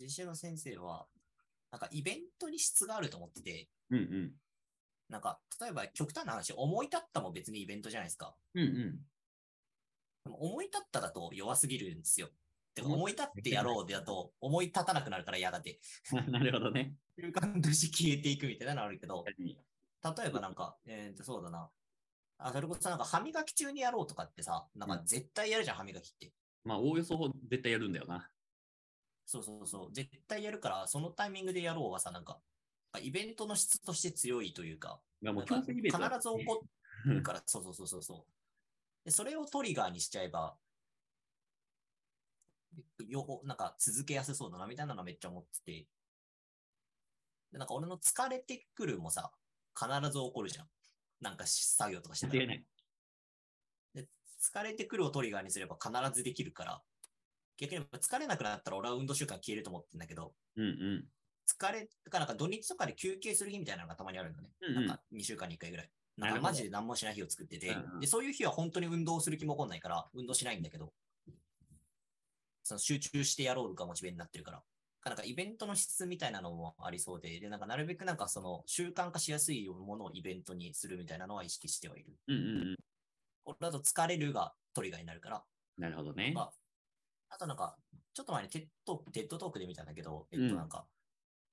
Speaker 2: 実習の先生は、なんかイベントに質があると思ってて、
Speaker 1: うんうん。
Speaker 2: なんか、例えば極端な話、思い立ったも別にイベントじゃないですか。
Speaker 1: うんうん。
Speaker 2: でも思い立っただと弱すぎるんですよ。てか
Speaker 1: 思
Speaker 2: 思い立ってやろうでだと思い立たなくなるから嫌がって、
Speaker 1: なるほどね。
Speaker 2: 習慣として消えていくみたいなのあるけど、
Speaker 1: 確かに
Speaker 2: 例えばなんか、えー、と、そうだな。あ、それこそなんか歯磨き中にやろうとかってさ、なんか絶対やるじゃん、歯磨きって。
Speaker 1: まあ、おおよそ絶対やるんだよな。
Speaker 2: そうそうそう。絶対やるから、そのタイミングでやろうはさ、なんか、イベントの質として強いというか、
Speaker 1: がも
Speaker 2: な
Speaker 1: うん強
Speaker 2: か必
Speaker 1: 制
Speaker 2: ず
Speaker 1: イベン
Speaker 2: 起
Speaker 1: トだ
Speaker 2: こるから、そうそうそうそうそうで。それをトリガーにしちゃえば、よなんか続けやすそうだなみたいなのはめっちゃ思ってて。でなんか俺の疲れてくるもさ、必ず起こるじゃん。なんかし作業とかしてた
Speaker 1: 間違
Speaker 2: ら
Speaker 1: い。ない。
Speaker 2: で疲れてくるをトリガーにすれば必ずできるから、逆にやっぱ疲れなくなったら俺は運動習慣消えると思ってんだけど、
Speaker 1: うんうん。
Speaker 2: 疲れ、だからなんか土日とかで休憩する日みたいなのがたまにあるんだね。
Speaker 1: うん
Speaker 2: なん
Speaker 1: うん
Speaker 2: か2週間に1回ぐらい。
Speaker 1: な
Speaker 2: な
Speaker 1: る
Speaker 2: ん
Speaker 1: ほど
Speaker 2: かマジで何もしない日を作ってて、
Speaker 1: うんうん
Speaker 2: で、そういう日は本当に運動する気も起こんないから、運動しないんだけど、その集中してやろうがモチベになってるから。なんかイベントの質みたいなのもありそうで、で、なんかなるべくなんかその習慣化しやすいものをイベントにするみたいなのは意識してはいる。
Speaker 1: うんうんうん。
Speaker 2: 俺だと疲れるがトリガーになるから、
Speaker 1: なるほどね。
Speaker 2: まあ、あとなんか、ちょっと前にテッドテッドトークで見たんだけど、えっとなんか、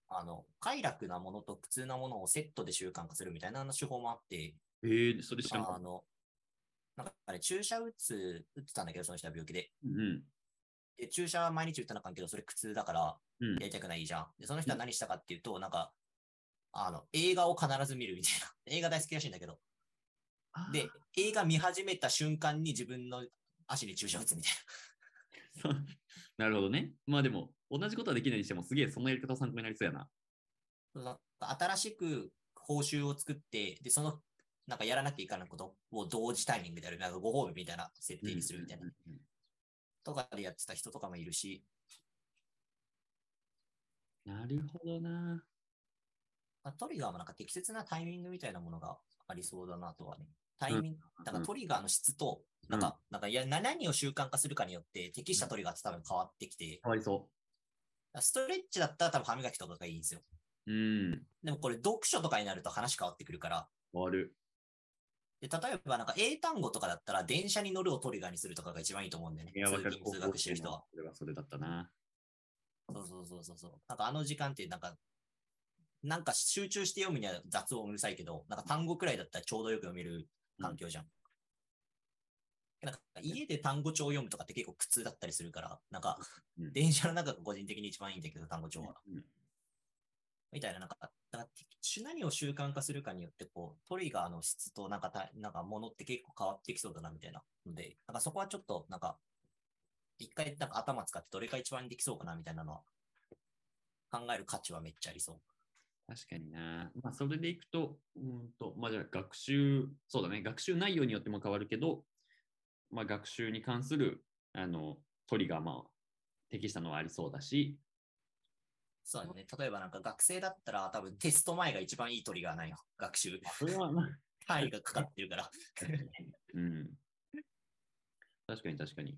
Speaker 2: あの、快楽なものと苦痛なものをセットで習慣化するみたいな手法もあって、
Speaker 1: えー、それ知らんか
Speaker 2: あ
Speaker 1: っ
Speaker 2: の、なんかあれ、注射打つ、打ってたんだけど、その人は病気で。
Speaker 1: た。うん。
Speaker 2: で注射は毎日打ってなあかんけど、それ苦痛だから、
Speaker 1: うん
Speaker 2: やりたくないじゃん。で、その人は何したかっていうと、なんか、あの、映画を必ず見るみたいな。 映画大好きらしいんだけど。で、映画見始めた瞬間に自分の足に注射打つみたい
Speaker 1: そう なるほどね。まあでも、同じことはできないにしても、すげえそのやり方参考になりそうやな。
Speaker 2: な。なんか新しく報酬を作って、で、その、なんかやらなきゃいかないことを同時タイミングでやる。なんかご褒美みたいな設定にするみたいな。
Speaker 1: うんうんうん
Speaker 2: とかでやってた人とかもいるし、
Speaker 1: なるほどな。
Speaker 2: まあ、トリガーもなんか適切なタイミングみたいなものがありそうだなとはね。タイミング、だからトリガーの質と、なんか、なんかいやな何を習慣化するかによって適したトリガーって多分変わってきて、
Speaker 1: 変わりそ
Speaker 2: ストレッチだったら多分歯磨きとかがいいんですよ。
Speaker 1: う。うん。
Speaker 2: でもこれ読書とかになると話変わってくるから、
Speaker 1: 変わる。
Speaker 2: で例えばなんか英単語とかだったら電車に乗るをトリガーにするとかが一番いいと思うんだよね。
Speaker 1: いや、わか
Speaker 2: 通
Speaker 1: る。
Speaker 2: 勤通学してる人は。
Speaker 1: それはそれだったな。
Speaker 2: そうそうそうそうそう。なんかあの時間ってなんか、なんか集中して読むには雑音うるさいけど、なんか単語くらいだったらちょうどよく読める環境じゃん。なんか家で単語帳を読むとかって結構苦痛だったりするから、なんか
Speaker 1: うん
Speaker 2: 電車の中が個人的に一番いいんだけど、単語帳は。
Speaker 1: うん
Speaker 2: みたいな、なんか、だからて何を習慣化するかによって、こう、トリガーの質となんかた、なんかものって結構変わってきそうだな、みたいな。ので、なんかそこはちょっと、なんか、一回、なんか頭使ってどれが一番できそうかな、みたいなのは、考える価値はめっちゃありそう。
Speaker 1: 確かにな。まあ、それでいくと、うーんと、まあ、じゃあ学習、そうだね、学習内容によっても変わるけど、まあ、学習に関する、あの、トリガー、まあ、適したのはありそうだし、
Speaker 2: そうだね。例えばなんか学生だったら、多分テスト前が一番いいトリガーないよ。学習。
Speaker 1: それは、まあ、
Speaker 2: 単位がかかっ てるから。
Speaker 1: うん。確かに確かに。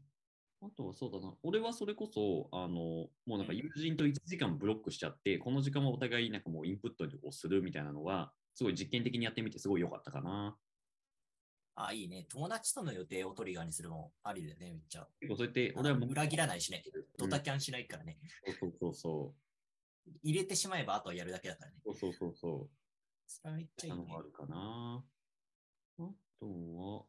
Speaker 1: あとはそうだな。俺はそれこそ、あの、もうなんか友人と1時間ブロックしちゃって、この時間はお互いなんかもうインプットをするみたいなのは、すごい実験的にやってみてすごい良かったかな。
Speaker 2: ああ、いいね。友達との予定をトリガーにするのもありだよね、めっちゃ。
Speaker 1: 結構そうやって、俺はもう
Speaker 2: 裏切らないしね。
Speaker 1: う
Speaker 2: ド
Speaker 1: ん
Speaker 2: タキャンしないからね。
Speaker 1: そうそうそ
Speaker 2: 入れてしまえば、あとはやるだけだからね。
Speaker 1: う。そうそうそうそう。
Speaker 2: それめっちゃいい
Speaker 1: な
Speaker 2: ね
Speaker 1: の。もあるかな。あとは、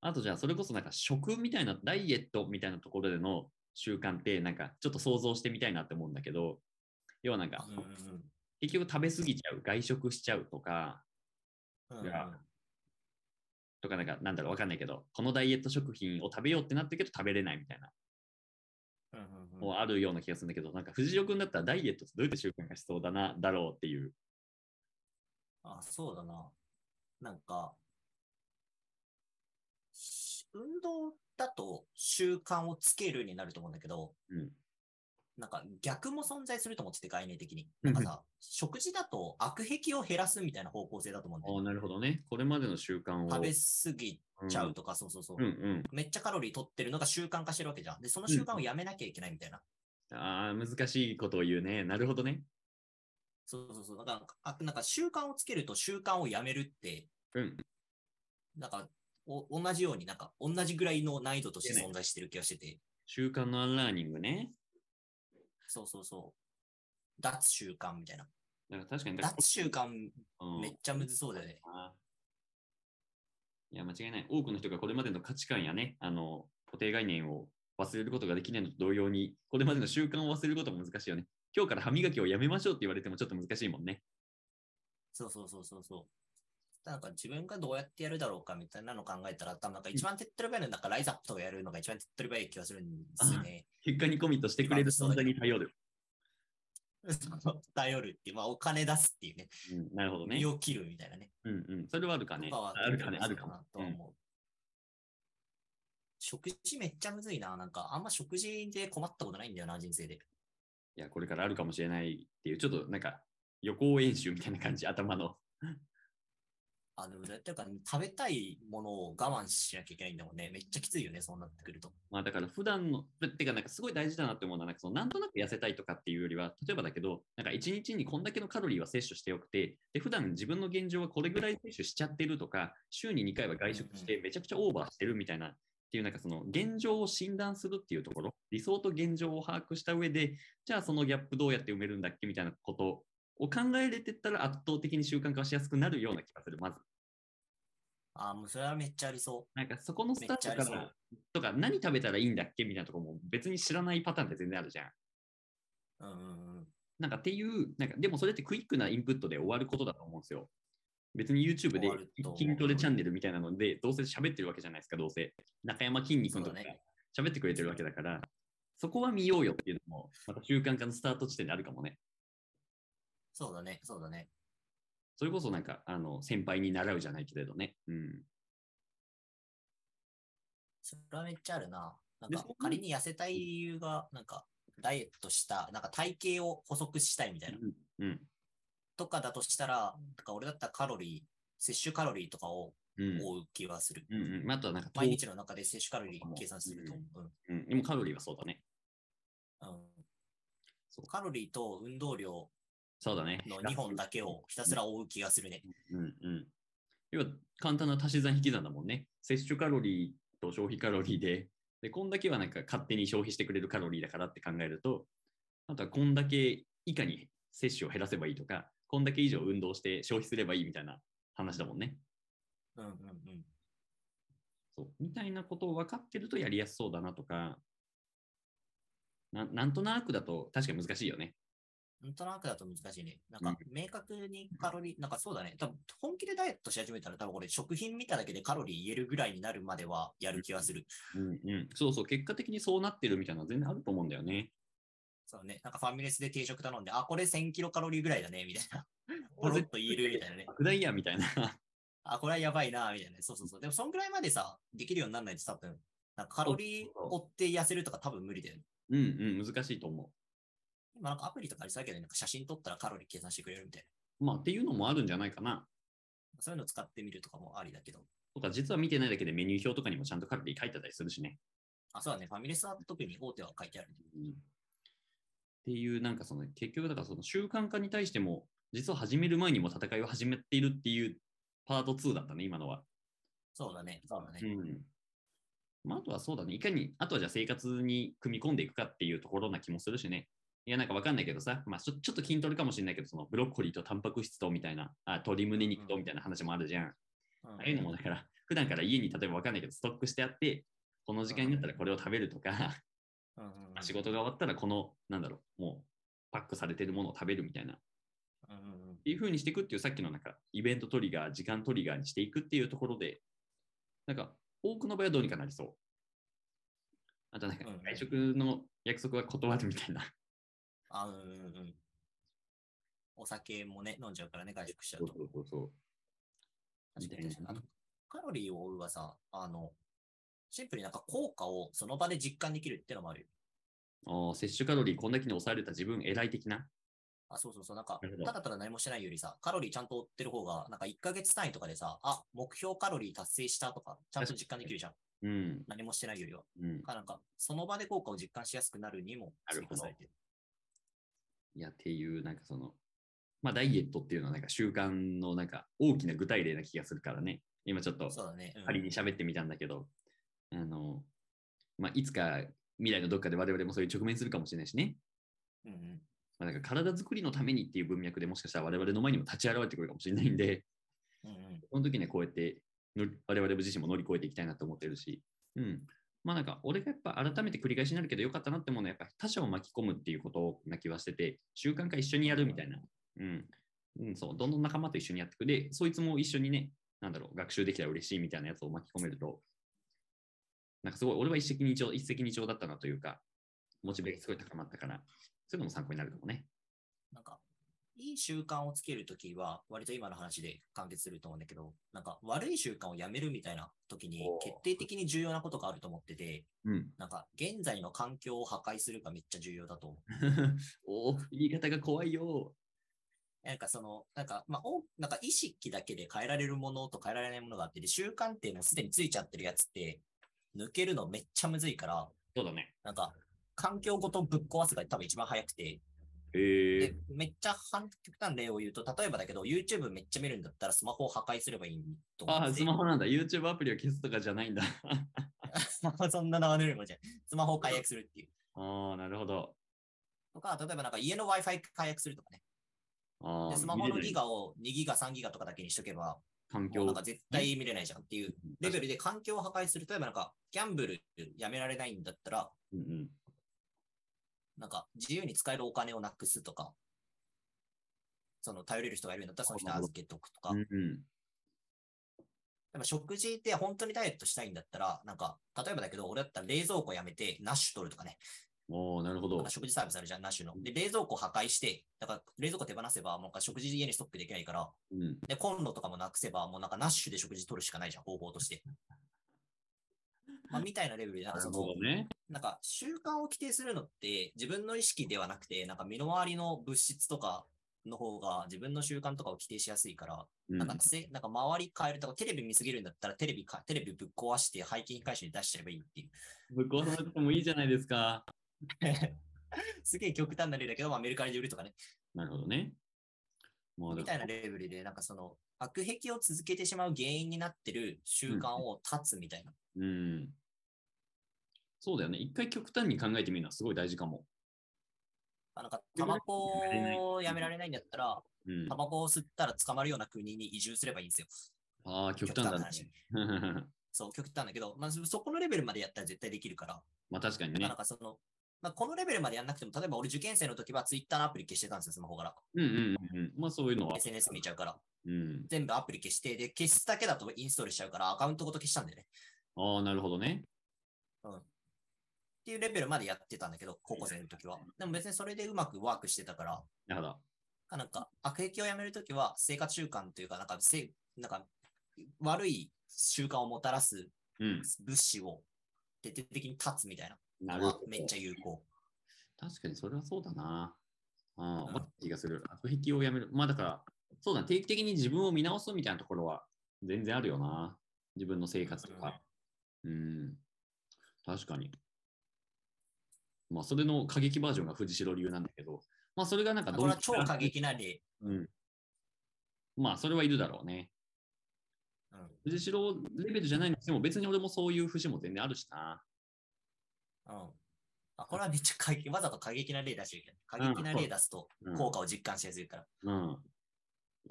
Speaker 1: あとじゃあ、それこそなんか食みたいな、ダイエットみたいなところでの習慣って、なんかちょっと想像してみたいなって思うんだけど、要はなんか
Speaker 2: う、ん
Speaker 1: 結局食べ過ぎちゃう、外食しちゃうとか、
Speaker 2: うんうん。う
Speaker 1: い
Speaker 2: ん
Speaker 1: うや
Speaker 2: ん
Speaker 1: とかなんか、なんだろう、わかんないけど、このダイエット食品を食べようってなったけど食べれないみたいな、
Speaker 2: うんうん
Speaker 1: もうあるような気がするんだけど、なんか藤代君だったらダイエットってどうやって習慣化しそうだな、だろうっていう。
Speaker 2: あ、そうだな。なんか、し運動だと習慣をつけるになると思うんだけど、
Speaker 1: うん。
Speaker 2: なんか逆も存在すると思ってて、概念的に。なんかさ、食事だと悪癖を減らすみたいな方向性だと思うんだ
Speaker 1: あ
Speaker 2: よ
Speaker 1: あ、
Speaker 2: ね。
Speaker 1: なるほどね。これまでの習慣を。
Speaker 2: 食べ過ぎちゃうとか、そうそうそう
Speaker 1: う。んうん
Speaker 2: めっちゃカロリー取ってるのが習慣化してるわけじゃん。で、その習慣をやめなきゃいけないみたいな。
Speaker 1: ああ、難しいことを言うね。なるほどね。
Speaker 2: そうそうそう。だから、あなんか習慣をつけると習慣をやめるって、
Speaker 1: うん。
Speaker 2: なんか、お同じように、なんか、同じぐらいの難易度として存在してる気がしてて、
Speaker 1: 習慣のアンラーニングね。
Speaker 2: そうそうそう。脱習慣みたいな。
Speaker 1: だから確かに、
Speaker 2: 脱習慣
Speaker 1: うん
Speaker 2: めっちゃむずそうだよね。
Speaker 1: いや、間違いない。多くの人がこれまでの価値観やね、あの、固定概念を忘れることができないのと同様に、これまでの習慣を忘れることも難しいよね。今日から歯磨きをやめましょうって言われてもちょっと難しいもんね。
Speaker 2: そうそうそうそうそう。なんか自分がどうやってやるだろうかみたいなのを考えたら、多分なんか一番手っ取り早いのはなんかライザップとかやるのが一番手っ取り早い気がするんですよね。
Speaker 1: 結果にコミットしてくれる存在に頼る。
Speaker 2: 頼るっていう、まあお金出すっていうね、
Speaker 1: うん、なるほどね
Speaker 2: 身。を切るみたいなね。
Speaker 1: うんうん。それはあるかね。
Speaker 2: とかは
Speaker 1: あるかね、あるか
Speaker 2: そう
Speaker 1: も
Speaker 2: な。とは思う。食事めっちゃむずいな。なんか、あんま食事で困ったことないんだよな、人生で。
Speaker 1: いや、これからあるかもしれないっていう、ちょっとなんか予行演習みたいな感じ、頭の。
Speaker 2: あ、でも絶対なんか食べたいものを我慢しなきゃいけないんだもんね。めっちゃきついよね、そうなってくると。
Speaker 1: まあだから普段の、てかなんかすごい大事だなって思うのは、なんかそのなんとなく痩せたいとかっていうよりは、例えばだけど、なんか一日にこんだけのカロリーは摂取しておくて、で、普段自分の現状はこれぐらい摂取しちゃってるとか、週に2回は外食してめちゃくちゃオーバーしてるみたいなっていう、なんかその現状を診断するっていうところ、理想と現状を把握した上で、じゃあそのギャップどうやって埋めるんだっけみたいなことを考えれてったら圧倒的に習慣化しやすくなるような気がする、まず。
Speaker 2: ああ、もうそれはめっちゃありそ
Speaker 1: なんかそこのスタート
Speaker 2: めっち
Speaker 1: か
Speaker 2: ゃあり
Speaker 1: らとか何食べたらいいんだっけみたいなとこも別に知らないパターンって全然あるじゃん。
Speaker 2: う。うんうんうん。
Speaker 1: なんかっていう、なんかでもそれってクイックなインプットで終わることだと思うんですよ。別に YouTube で
Speaker 2: 終わると思う
Speaker 1: 筋トレチャンネルみたいなので、どうせ喋ってるわけじゃないですか、どうせ。中山筋肉のとか
Speaker 2: そうだね
Speaker 1: 喋ってくれてるわけだから、そこは見ようよっていうのも、また習慣化のスタート地点であるかもね。
Speaker 2: そうだね、そうだね。
Speaker 1: それこそなんか、あの、先輩に習うじゃないけれどね。うん。
Speaker 2: それはめっちゃあるな。なん
Speaker 1: で
Speaker 2: か
Speaker 1: そこに
Speaker 2: 仮に痩せたい理由が、なんかダイエットした、なんか体型を細くしたいみたいな。
Speaker 1: うん。
Speaker 2: とかだとしたら、なんか俺だったらカロリー、摂取カロリーとかを
Speaker 1: うん。
Speaker 2: 追う気はする。
Speaker 1: うんうん。あとはなんか、
Speaker 2: 毎日の中で摂取カロ
Speaker 1: そ
Speaker 2: リ
Speaker 1: うか
Speaker 2: ー
Speaker 1: も
Speaker 2: 計算すると。
Speaker 1: うん
Speaker 2: うん
Speaker 1: うん。でもカロリーはそうだね。
Speaker 2: うん
Speaker 1: そう
Speaker 2: カロリーと運動量
Speaker 1: そうだね。
Speaker 2: の2本だけをひたすら追う気がするね。
Speaker 1: うんうん。要は簡単な足し算引き算だもんね。摂取カロリーと消費カロリーで、で、こんだけはなんか勝手に消費してくれるカロリーだからって考えると、あとはこんだけ以下に摂取を減らせばいいとか、こんだけ以上運動して消費すればいいみたいな話だもんね。
Speaker 2: うんうんうん。
Speaker 1: そう。みたいなことを分かってるとやりやすそうだなとか、ななんとなくだと確かに難しいよね。
Speaker 2: なんとなくだと難しいね。なんか、明確にカロリー、なんかそうだね。多分、本気でダイエットし始めたら、多分これ、食品見ただけでカロリー言えるぐらいになるまではやる気がする。
Speaker 1: うんうん。そうそう。結果的にそうなってるみたいなのは全然あると思うんだよね。
Speaker 2: そうね。なんかファミレスで定食頼んで、あ、これ1000キロカロリーぐらいだね、みたい な。ポロッと言えるみたいなね。
Speaker 1: 爆弾やみたいな。
Speaker 2: あ、これはやばいな、みたいなね。そうそうそう。でも、そんぐらいまでさ、できるようにならないと多分、なんかカロリー追って痩せるとか多分無理だよね。
Speaker 1: うんうん。難しいと思う。
Speaker 2: 今なんかアプリとかありそうだけど、なんか写真撮ったらカロリー計算してくれるみたい
Speaker 1: まあっていうのもあるんじゃないかな。
Speaker 2: な。そういうの使ってみるとかもありだけど。
Speaker 1: とか、実は見てないだけでメニュー表とかにもちゃんとカロリー書いてたりするしね。
Speaker 2: あ、そうだね。ファミレスは特に大手は書いてあるね。
Speaker 1: っていう、なんかその、結局、だからその習慣化に対しても、実は始める前にも戦いを始めているっていうパート2だったね、今のは。
Speaker 2: そうだね。そうだね。
Speaker 1: うん。まあ、あとはそうだね、いかに、あとはじゃあ生活に組み込んでいくかっていうところな気もするしね。いや、なんかわかんないけどさ、まあちょ、ちょっと筋トレかもしれないけど、そのブロッコリーとタンパク質とみたいな、あ鶏胸肉とみたいな話もあるじゃん。
Speaker 2: う
Speaker 1: ああいうのもだから、 普段から家に例えば分かんないけど、ストックしてあって、この時間になったらこれを食べるとか、
Speaker 2: んうんうん
Speaker 1: 仕事が終わったらこの、なんだろう、もうパックされてるものを食べるみたいな、っ
Speaker 2: うんうんうん
Speaker 1: ていう風にしていくっていう、さっきのなんか、イベントトリガー、時間トリガーにしていくっていうところで、なんか、多くの場合はどうにかなりそう。あとなんか
Speaker 2: うんうん、
Speaker 1: 外食の約束は断るみたいな。
Speaker 2: あ、うんうんうん。お酒もね、飲んじゃうからね、外食しちゃうと。
Speaker 1: そうそう。
Speaker 2: 確かに
Speaker 1: みた
Speaker 2: 確か
Speaker 1: い
Speaker 2: に。
Speaker 1: な
Speaker 2: あの、カロリーを追うはさ、あの、シンプルになんか効果をその場で実感できるってのもあるよ。
Speaker 1: ああ、摂取カロリーこんだけに抑えれた自分偉い的な。
Speaker 2: あ、そうそうそう。なんか
Speaker 1: なるほ、ど
Speaker 2: ただただ何もしてないよりさ、カロリーちゃんと追ってる方が、なんか1ヶ月単位とかでさ、あ、目標カロリー達成したとか、ちゃんと実感できるじゃん。
Speaker 1: うん。
Speaker 2: 何もしてないよりは。
Speaker 1: うん
Speaker 2: だ。からなんか、その場で効果を実感しやすくなるにも、
Speaker 1: なるほど
Speaker 2: 追加されてる
Speaker 1: いや、っていう、なんかその、まあ、ダイエットっていうのは、なんか習慣のなんか大きな具体例な気がするからね。今ちょっと
Speaker 2: そうだね。うん
Speaker 1: 仮に喋ってみたんだけど、あの、まあ、いつか未来のどっかで我々もそういう直面するかもしれないしね。
Speaker 2: うんうん。
Speaker 1: まあ、なんか体作りのためにっていう文脈でもしかしたら我々の前にも立ち現れてくるかもしれないんで、
Speaker 2: うんうん。
Speaker 1: その時にはこうやっての我々自身も乗り越えていきたいなと思ってるし、うん。まあなんか、俺がやっぱ改めて繰り返しになるけどよかったなって思うのは、やっぱ他者を巻き込むっていうことな気はしてて、習慣化一緒にやるみたいな。うん。うん、そう、どんどん仲間と一緒にやってくで、そいつも一緒にね、なんだろう、学習できたら嬉しいみたいなやつを巻き込めると、なんかすごい、俺は一石二鳥、一石二鳥だったなというか、モチベがすごい高まったから、そういうのも参考になるかもね。
Speaker 2: なんか、いい習慣をつけるときは、割と今の話で完結すると思うんだけど、なんか、悪い習慣をやめるみたいなときに
Speaker 1: おー、
Speaker 2: 決定的に重要なことがあると思ってて、
Speaker 1: うん。
Speaker 2: なんか、現在の環境を破壊するがめっちゃ重要だと思う。
Speaker 1: おー言い方が怖いよ。
Speaker 2: なんかその、なんか、まあ、おなんか意識だけで変えられるものと変えられないものがあって、で、習慣っていうのすでについちゃってるやつって、抜けるのめっちゃむずいから、
Speaker 1: そうだね。
Speaker 2: なんか、環境ごとぶっ壊すが多分一番早くて、
Speaker 1: へ
Speaker 2: で、めっちゃ反極端な例を言うと、例えばだけど、YouTube めっちゃ見るんだったらスマホを破壊すればいいと思
Speaker 1: あ
Speaker 2: っ
Speaker 1: あ、
Speaker 2: てて
Speaker 1: スマホなんだ。YouTube アプリを消すとかじゃないんだ。
Speaker 2: そんな縄のよりもじゃんスマホを解約するっていう。
Speaker 1: ああ、なるほど。
Speaker 2: とか、例えばなんか家の Wi-Fi 解約するとかね。
Speaker 1: あ
Speaker 2: で
Speaker 1: あ、
Speaker 2: スマホ
Speaker 1: 見れ
Speaker 2: の
Speaker 1: ない
Speaker 2: ギガを2ギガ、3ギガとかだけにしとけば、
Speaker 1: 環
Speaker 2: もう
Speaker 1: 境
Speaker 2: なんか絶対見れないじゃんっていうレベルで環境を破壊する。例えばなんか、ギャンブルやめられないんだったら、
Speaker 1: うんうん。
Speaker 2: なんか自由に使えるお金をなくすとか、その頼れる人がいるんだったらその人預けとくとか、
Speaker 1: うんうん
Speaker 2: でも食事って本当にダイエットしたいんだったら、なんか、例えばだけど、俺だったら冷蔵庫やめて、ナッシュ取るとかね、
Speaker 1: おーなるほ
Speaker 2: な
Speaker 1: ど
Speaker 2: んか。食事サービスあるじゃん、ナッシュの。で、冷蔵庫破壊して、だから冷蔵庫手放せば、もうなんか食事家にストップできないから、
Speaker 1: うん、
Speaker 2: で、コンロとかもなくせば、もうなんかナッシュで食事取るしかないじゃん、方法 として。まあ、みたいなレベルで、なん
Speaker 1: な
Speaker 2: か
Speaker 1: る
Speaker 2: そ
Speaker 1: ほ
Speaker 2: の
Speaker 1: どね。
Speaker 2: なんか習慣を規定するのって自分の意識ではなくて、なんか身の回りの物質とかの方が自分の習慣とかを規定しやすいから、
Speaker 1: うん
Speaker 2: なんかせ、なんか周り変えるとか、テレビ見すぎるんだったらテレビか、テレビぶっ壊して背景回収に出しちゃえばいいっ ていう。
Speaker 1: ぶっ壊さなくてもいいじゃないですか。
Speaker 2: すげえ極端な例だけど、まあメルカリで売るとかね、
Speaker 1: なるほどね。まあ、だ
Speaker 2: み
Speaker 1: か
Speaker 2: たい
Speaker 1: ら
Speaker 2: なレベルで、なんかその悪癖を続けてしまう原因になってる習慣を断つみたいな。
Speaker 1: うん。そうだよね。一回極端に考えてみるのはすごい大事かも。
Speaker 2: あなんかタバコをやめられないんだったら、
Speaker 1: うん
Speaker 2: タ、バコを吸ったら捕まるような国に移住すればいいんですよ。
Speaker 1: ああ、極端だ
Speaker 2: な
Speaker 1: ね。
Speaker 2: 話。
Speaker 1: ま
Speaker 2: そう、極端だけど、まあ、そそこのレベルまでやったら絶対できるから、
Speaker 1: あ確かに
Speaker 2: まあ
Speaker 1: ね
Speaker 2: なん。かその、まあ、このレベルまでやんなくても、例えば俺受験生の時は Twitter のアプリ消してたんですよ、スマホから。
Speaker 1: うんうんうんうん。まあそういうのは。
Speaker 2: SNS 見ちゃうから。
Speaker 1: うん、
Speaker 2: 全部アプリ消して、で、消すだけだとインストールしちゃうから、アカウントごと消したんだよね。
Speaker 1: ああ、なるほどね。
Speaker 2: っていうレベルまでやってたんだけど、高校生の時は。でも別にそれでうまくワークしてたから、
Speaker 1: なるほど。
Speaker 2: なんか悪癖をやめるときは生活習慣というか、なんかせ、なんか悪い習慣をもたらす
Speaker 1: うん。
Speaker 2: 物資を徹底的に断つみたい
Speaker 1: な
Speaker 2: な
Speaker 1: る
Speaker 2: のは
Speaker 1: ほど。
Speaker 2: めっちゃ有効。
Speaker 1: 確かにそれはそうだな。あ
Speaker 2: う
Speaker 1: あ、
Speaker 2: ん
Speaker 1: まあ、気がする。悪癖をやめる。まあだから、そうだ、定期的に自分を見直すみたいなところは全然あるよな。自分の生活とか。うん。確かに。まあ、それの過激バージョンが藤代流なんだけど、まあ、それがなんか
Speaker 2: こ
Speaker 1: どん
Speaker 2: れ
Speaker 1: な
Speaker 2: は超過激な例。
Speaker 1: うん。まあ、それはいるだろうね。
Speaker 2: うん
Speaker 1: 藤代レベルじゃないにしても、別に俺もそういう節も全然あるしな。
Speaker 2: うん。あ、これはめっちゃ過激、わざと過激な例出してるけど、過激な例出すと
Speaker 1: うん
Speaker 2: 効果を実感しやすいから。
Speaker 1: うん。い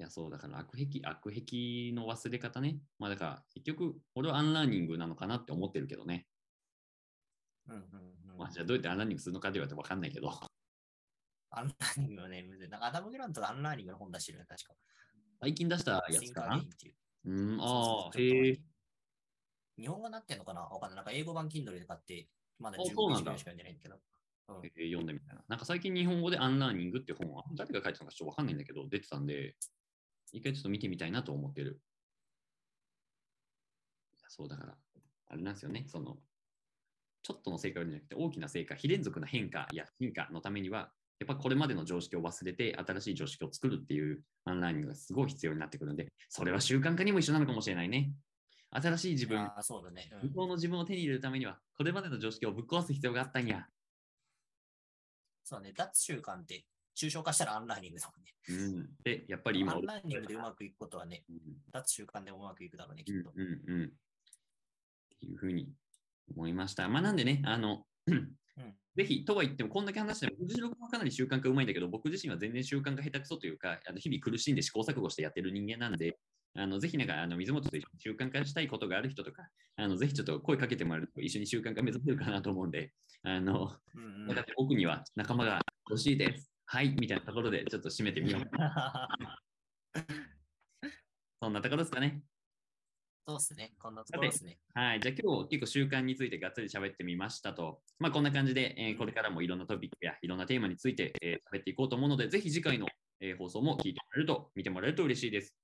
Speaker 1: や、そう、だから悪癖、悪癖の忘れ方ね。まあ、だから、結局、俺はアンラーニングなのかなって思ってるけどね。
Speaker 2: うんうんうん
Speaker 1: まあ、じゃあ、どうやってアンラーニングするのかではわかんないけど。
Speaker 2: アンラーニングはね、むずいなんかアダム・グラントがアンラーニングの本出してるよね、確か。
Speaker 1: 最近出したや
Speaker 2: シ
Speaker 1: つ
Speaker 2: ン
Speaker 1: か
Speaker 2: カー
Speaker 1: な
Speaker 2: ゲインっていう。
Speaker 1: うん、あ
Speaker 2: そうそう
Speaker 1: あ、
Speaker 2: ちょっと前
Speaker 1: へ
Speaker 2: に
Speaker 1: え。
Speaker 2: 日本語になってんのかなわかんない。なんか英語版 Kindle で買って、まだ
Speaker 1: あ
Speaker 2: 15
Speaker 1: そう
Speaker 2: ペー
Speaker 1: なん
Speaker 2: ジぐ
Speaker 1: だ
Speaker 2: らいしか読んでないんだけど。
Speaker 1: えー読んでみたいな。なんか最近日本語でアンラーニングって本は誰が書いてたのかちょっとわかんないんだけど、出てたんで、一回ちょっと見てみたいなと思ってる。いやそうだから、あれなんですよね、その、ちょっとの成果を得るんじゃなくて、大きな成果、非連続な変化や進化のためには、やっぱこれまでの常識を忘れて、新しい常識を作るっていうアンラーニングがすごい必要になってくるんで、それは習慣化にも一緒なのかもしれないね。新しい自分、
Speaker 2: ああ、そうだね。う
Speaker 1: 向
Speaker 2: ん
Speaker 1: こうの自分を手に入れるためには、これまでの常識をぶっ壊す必要があったんや。
Speaker 2: そうね。脱習慣って、抽象化したらアンラーニングだもんね。
Speaker 1: うん、で、やっぱり今、
Speaker 2: アンラーニングでうまくいくことはね、
Speaker 1: うん
Speaker 2: 脱習慣でもうまくいくだろうね、き
Speaker 1: う
Speaker 2: っ
Speaker 1: ん
Speaker 2: と。
Speaker 1: うんうん。っていうふうに思いました。まあ、なんでね、あの、ぜひ、とは言っても、こんだけ話しても、藤代君はかなり習慣化うまいんだけど、僕自身は全然習慣化下手くそというか、あの日々苦しんで試行錯誤してやってる人間なんで、あのぜひなんかあの水本と一緒に習慣化したいことがある人とか、あのぜひちょっと声かけてもらえると一緒に習慣化目指せるかなと思うんで、あの
Speaker 2: うんうんうん
Speaker 1: だって僕には仲間が欲しいです。はい、みたいなところでちょっと締めてみよう。そんなところですかね。
Speaker 2: そうっすね。こんなところですね。
Speaker 1: はい。じゃあ今日結構習慣についてがっつり喋ってみましたと。まあこんな感じで、えーこれからもいろんなトピックやいろんなテーマについて、えー喋っていこうと思うので、ぜひ次回の、えー放送も聞いてもらえると、見てもらえると嬉しいです。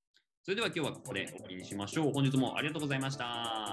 Speaker 1: それでは今日はここで終わりにしましょう。本日もありがとうございました。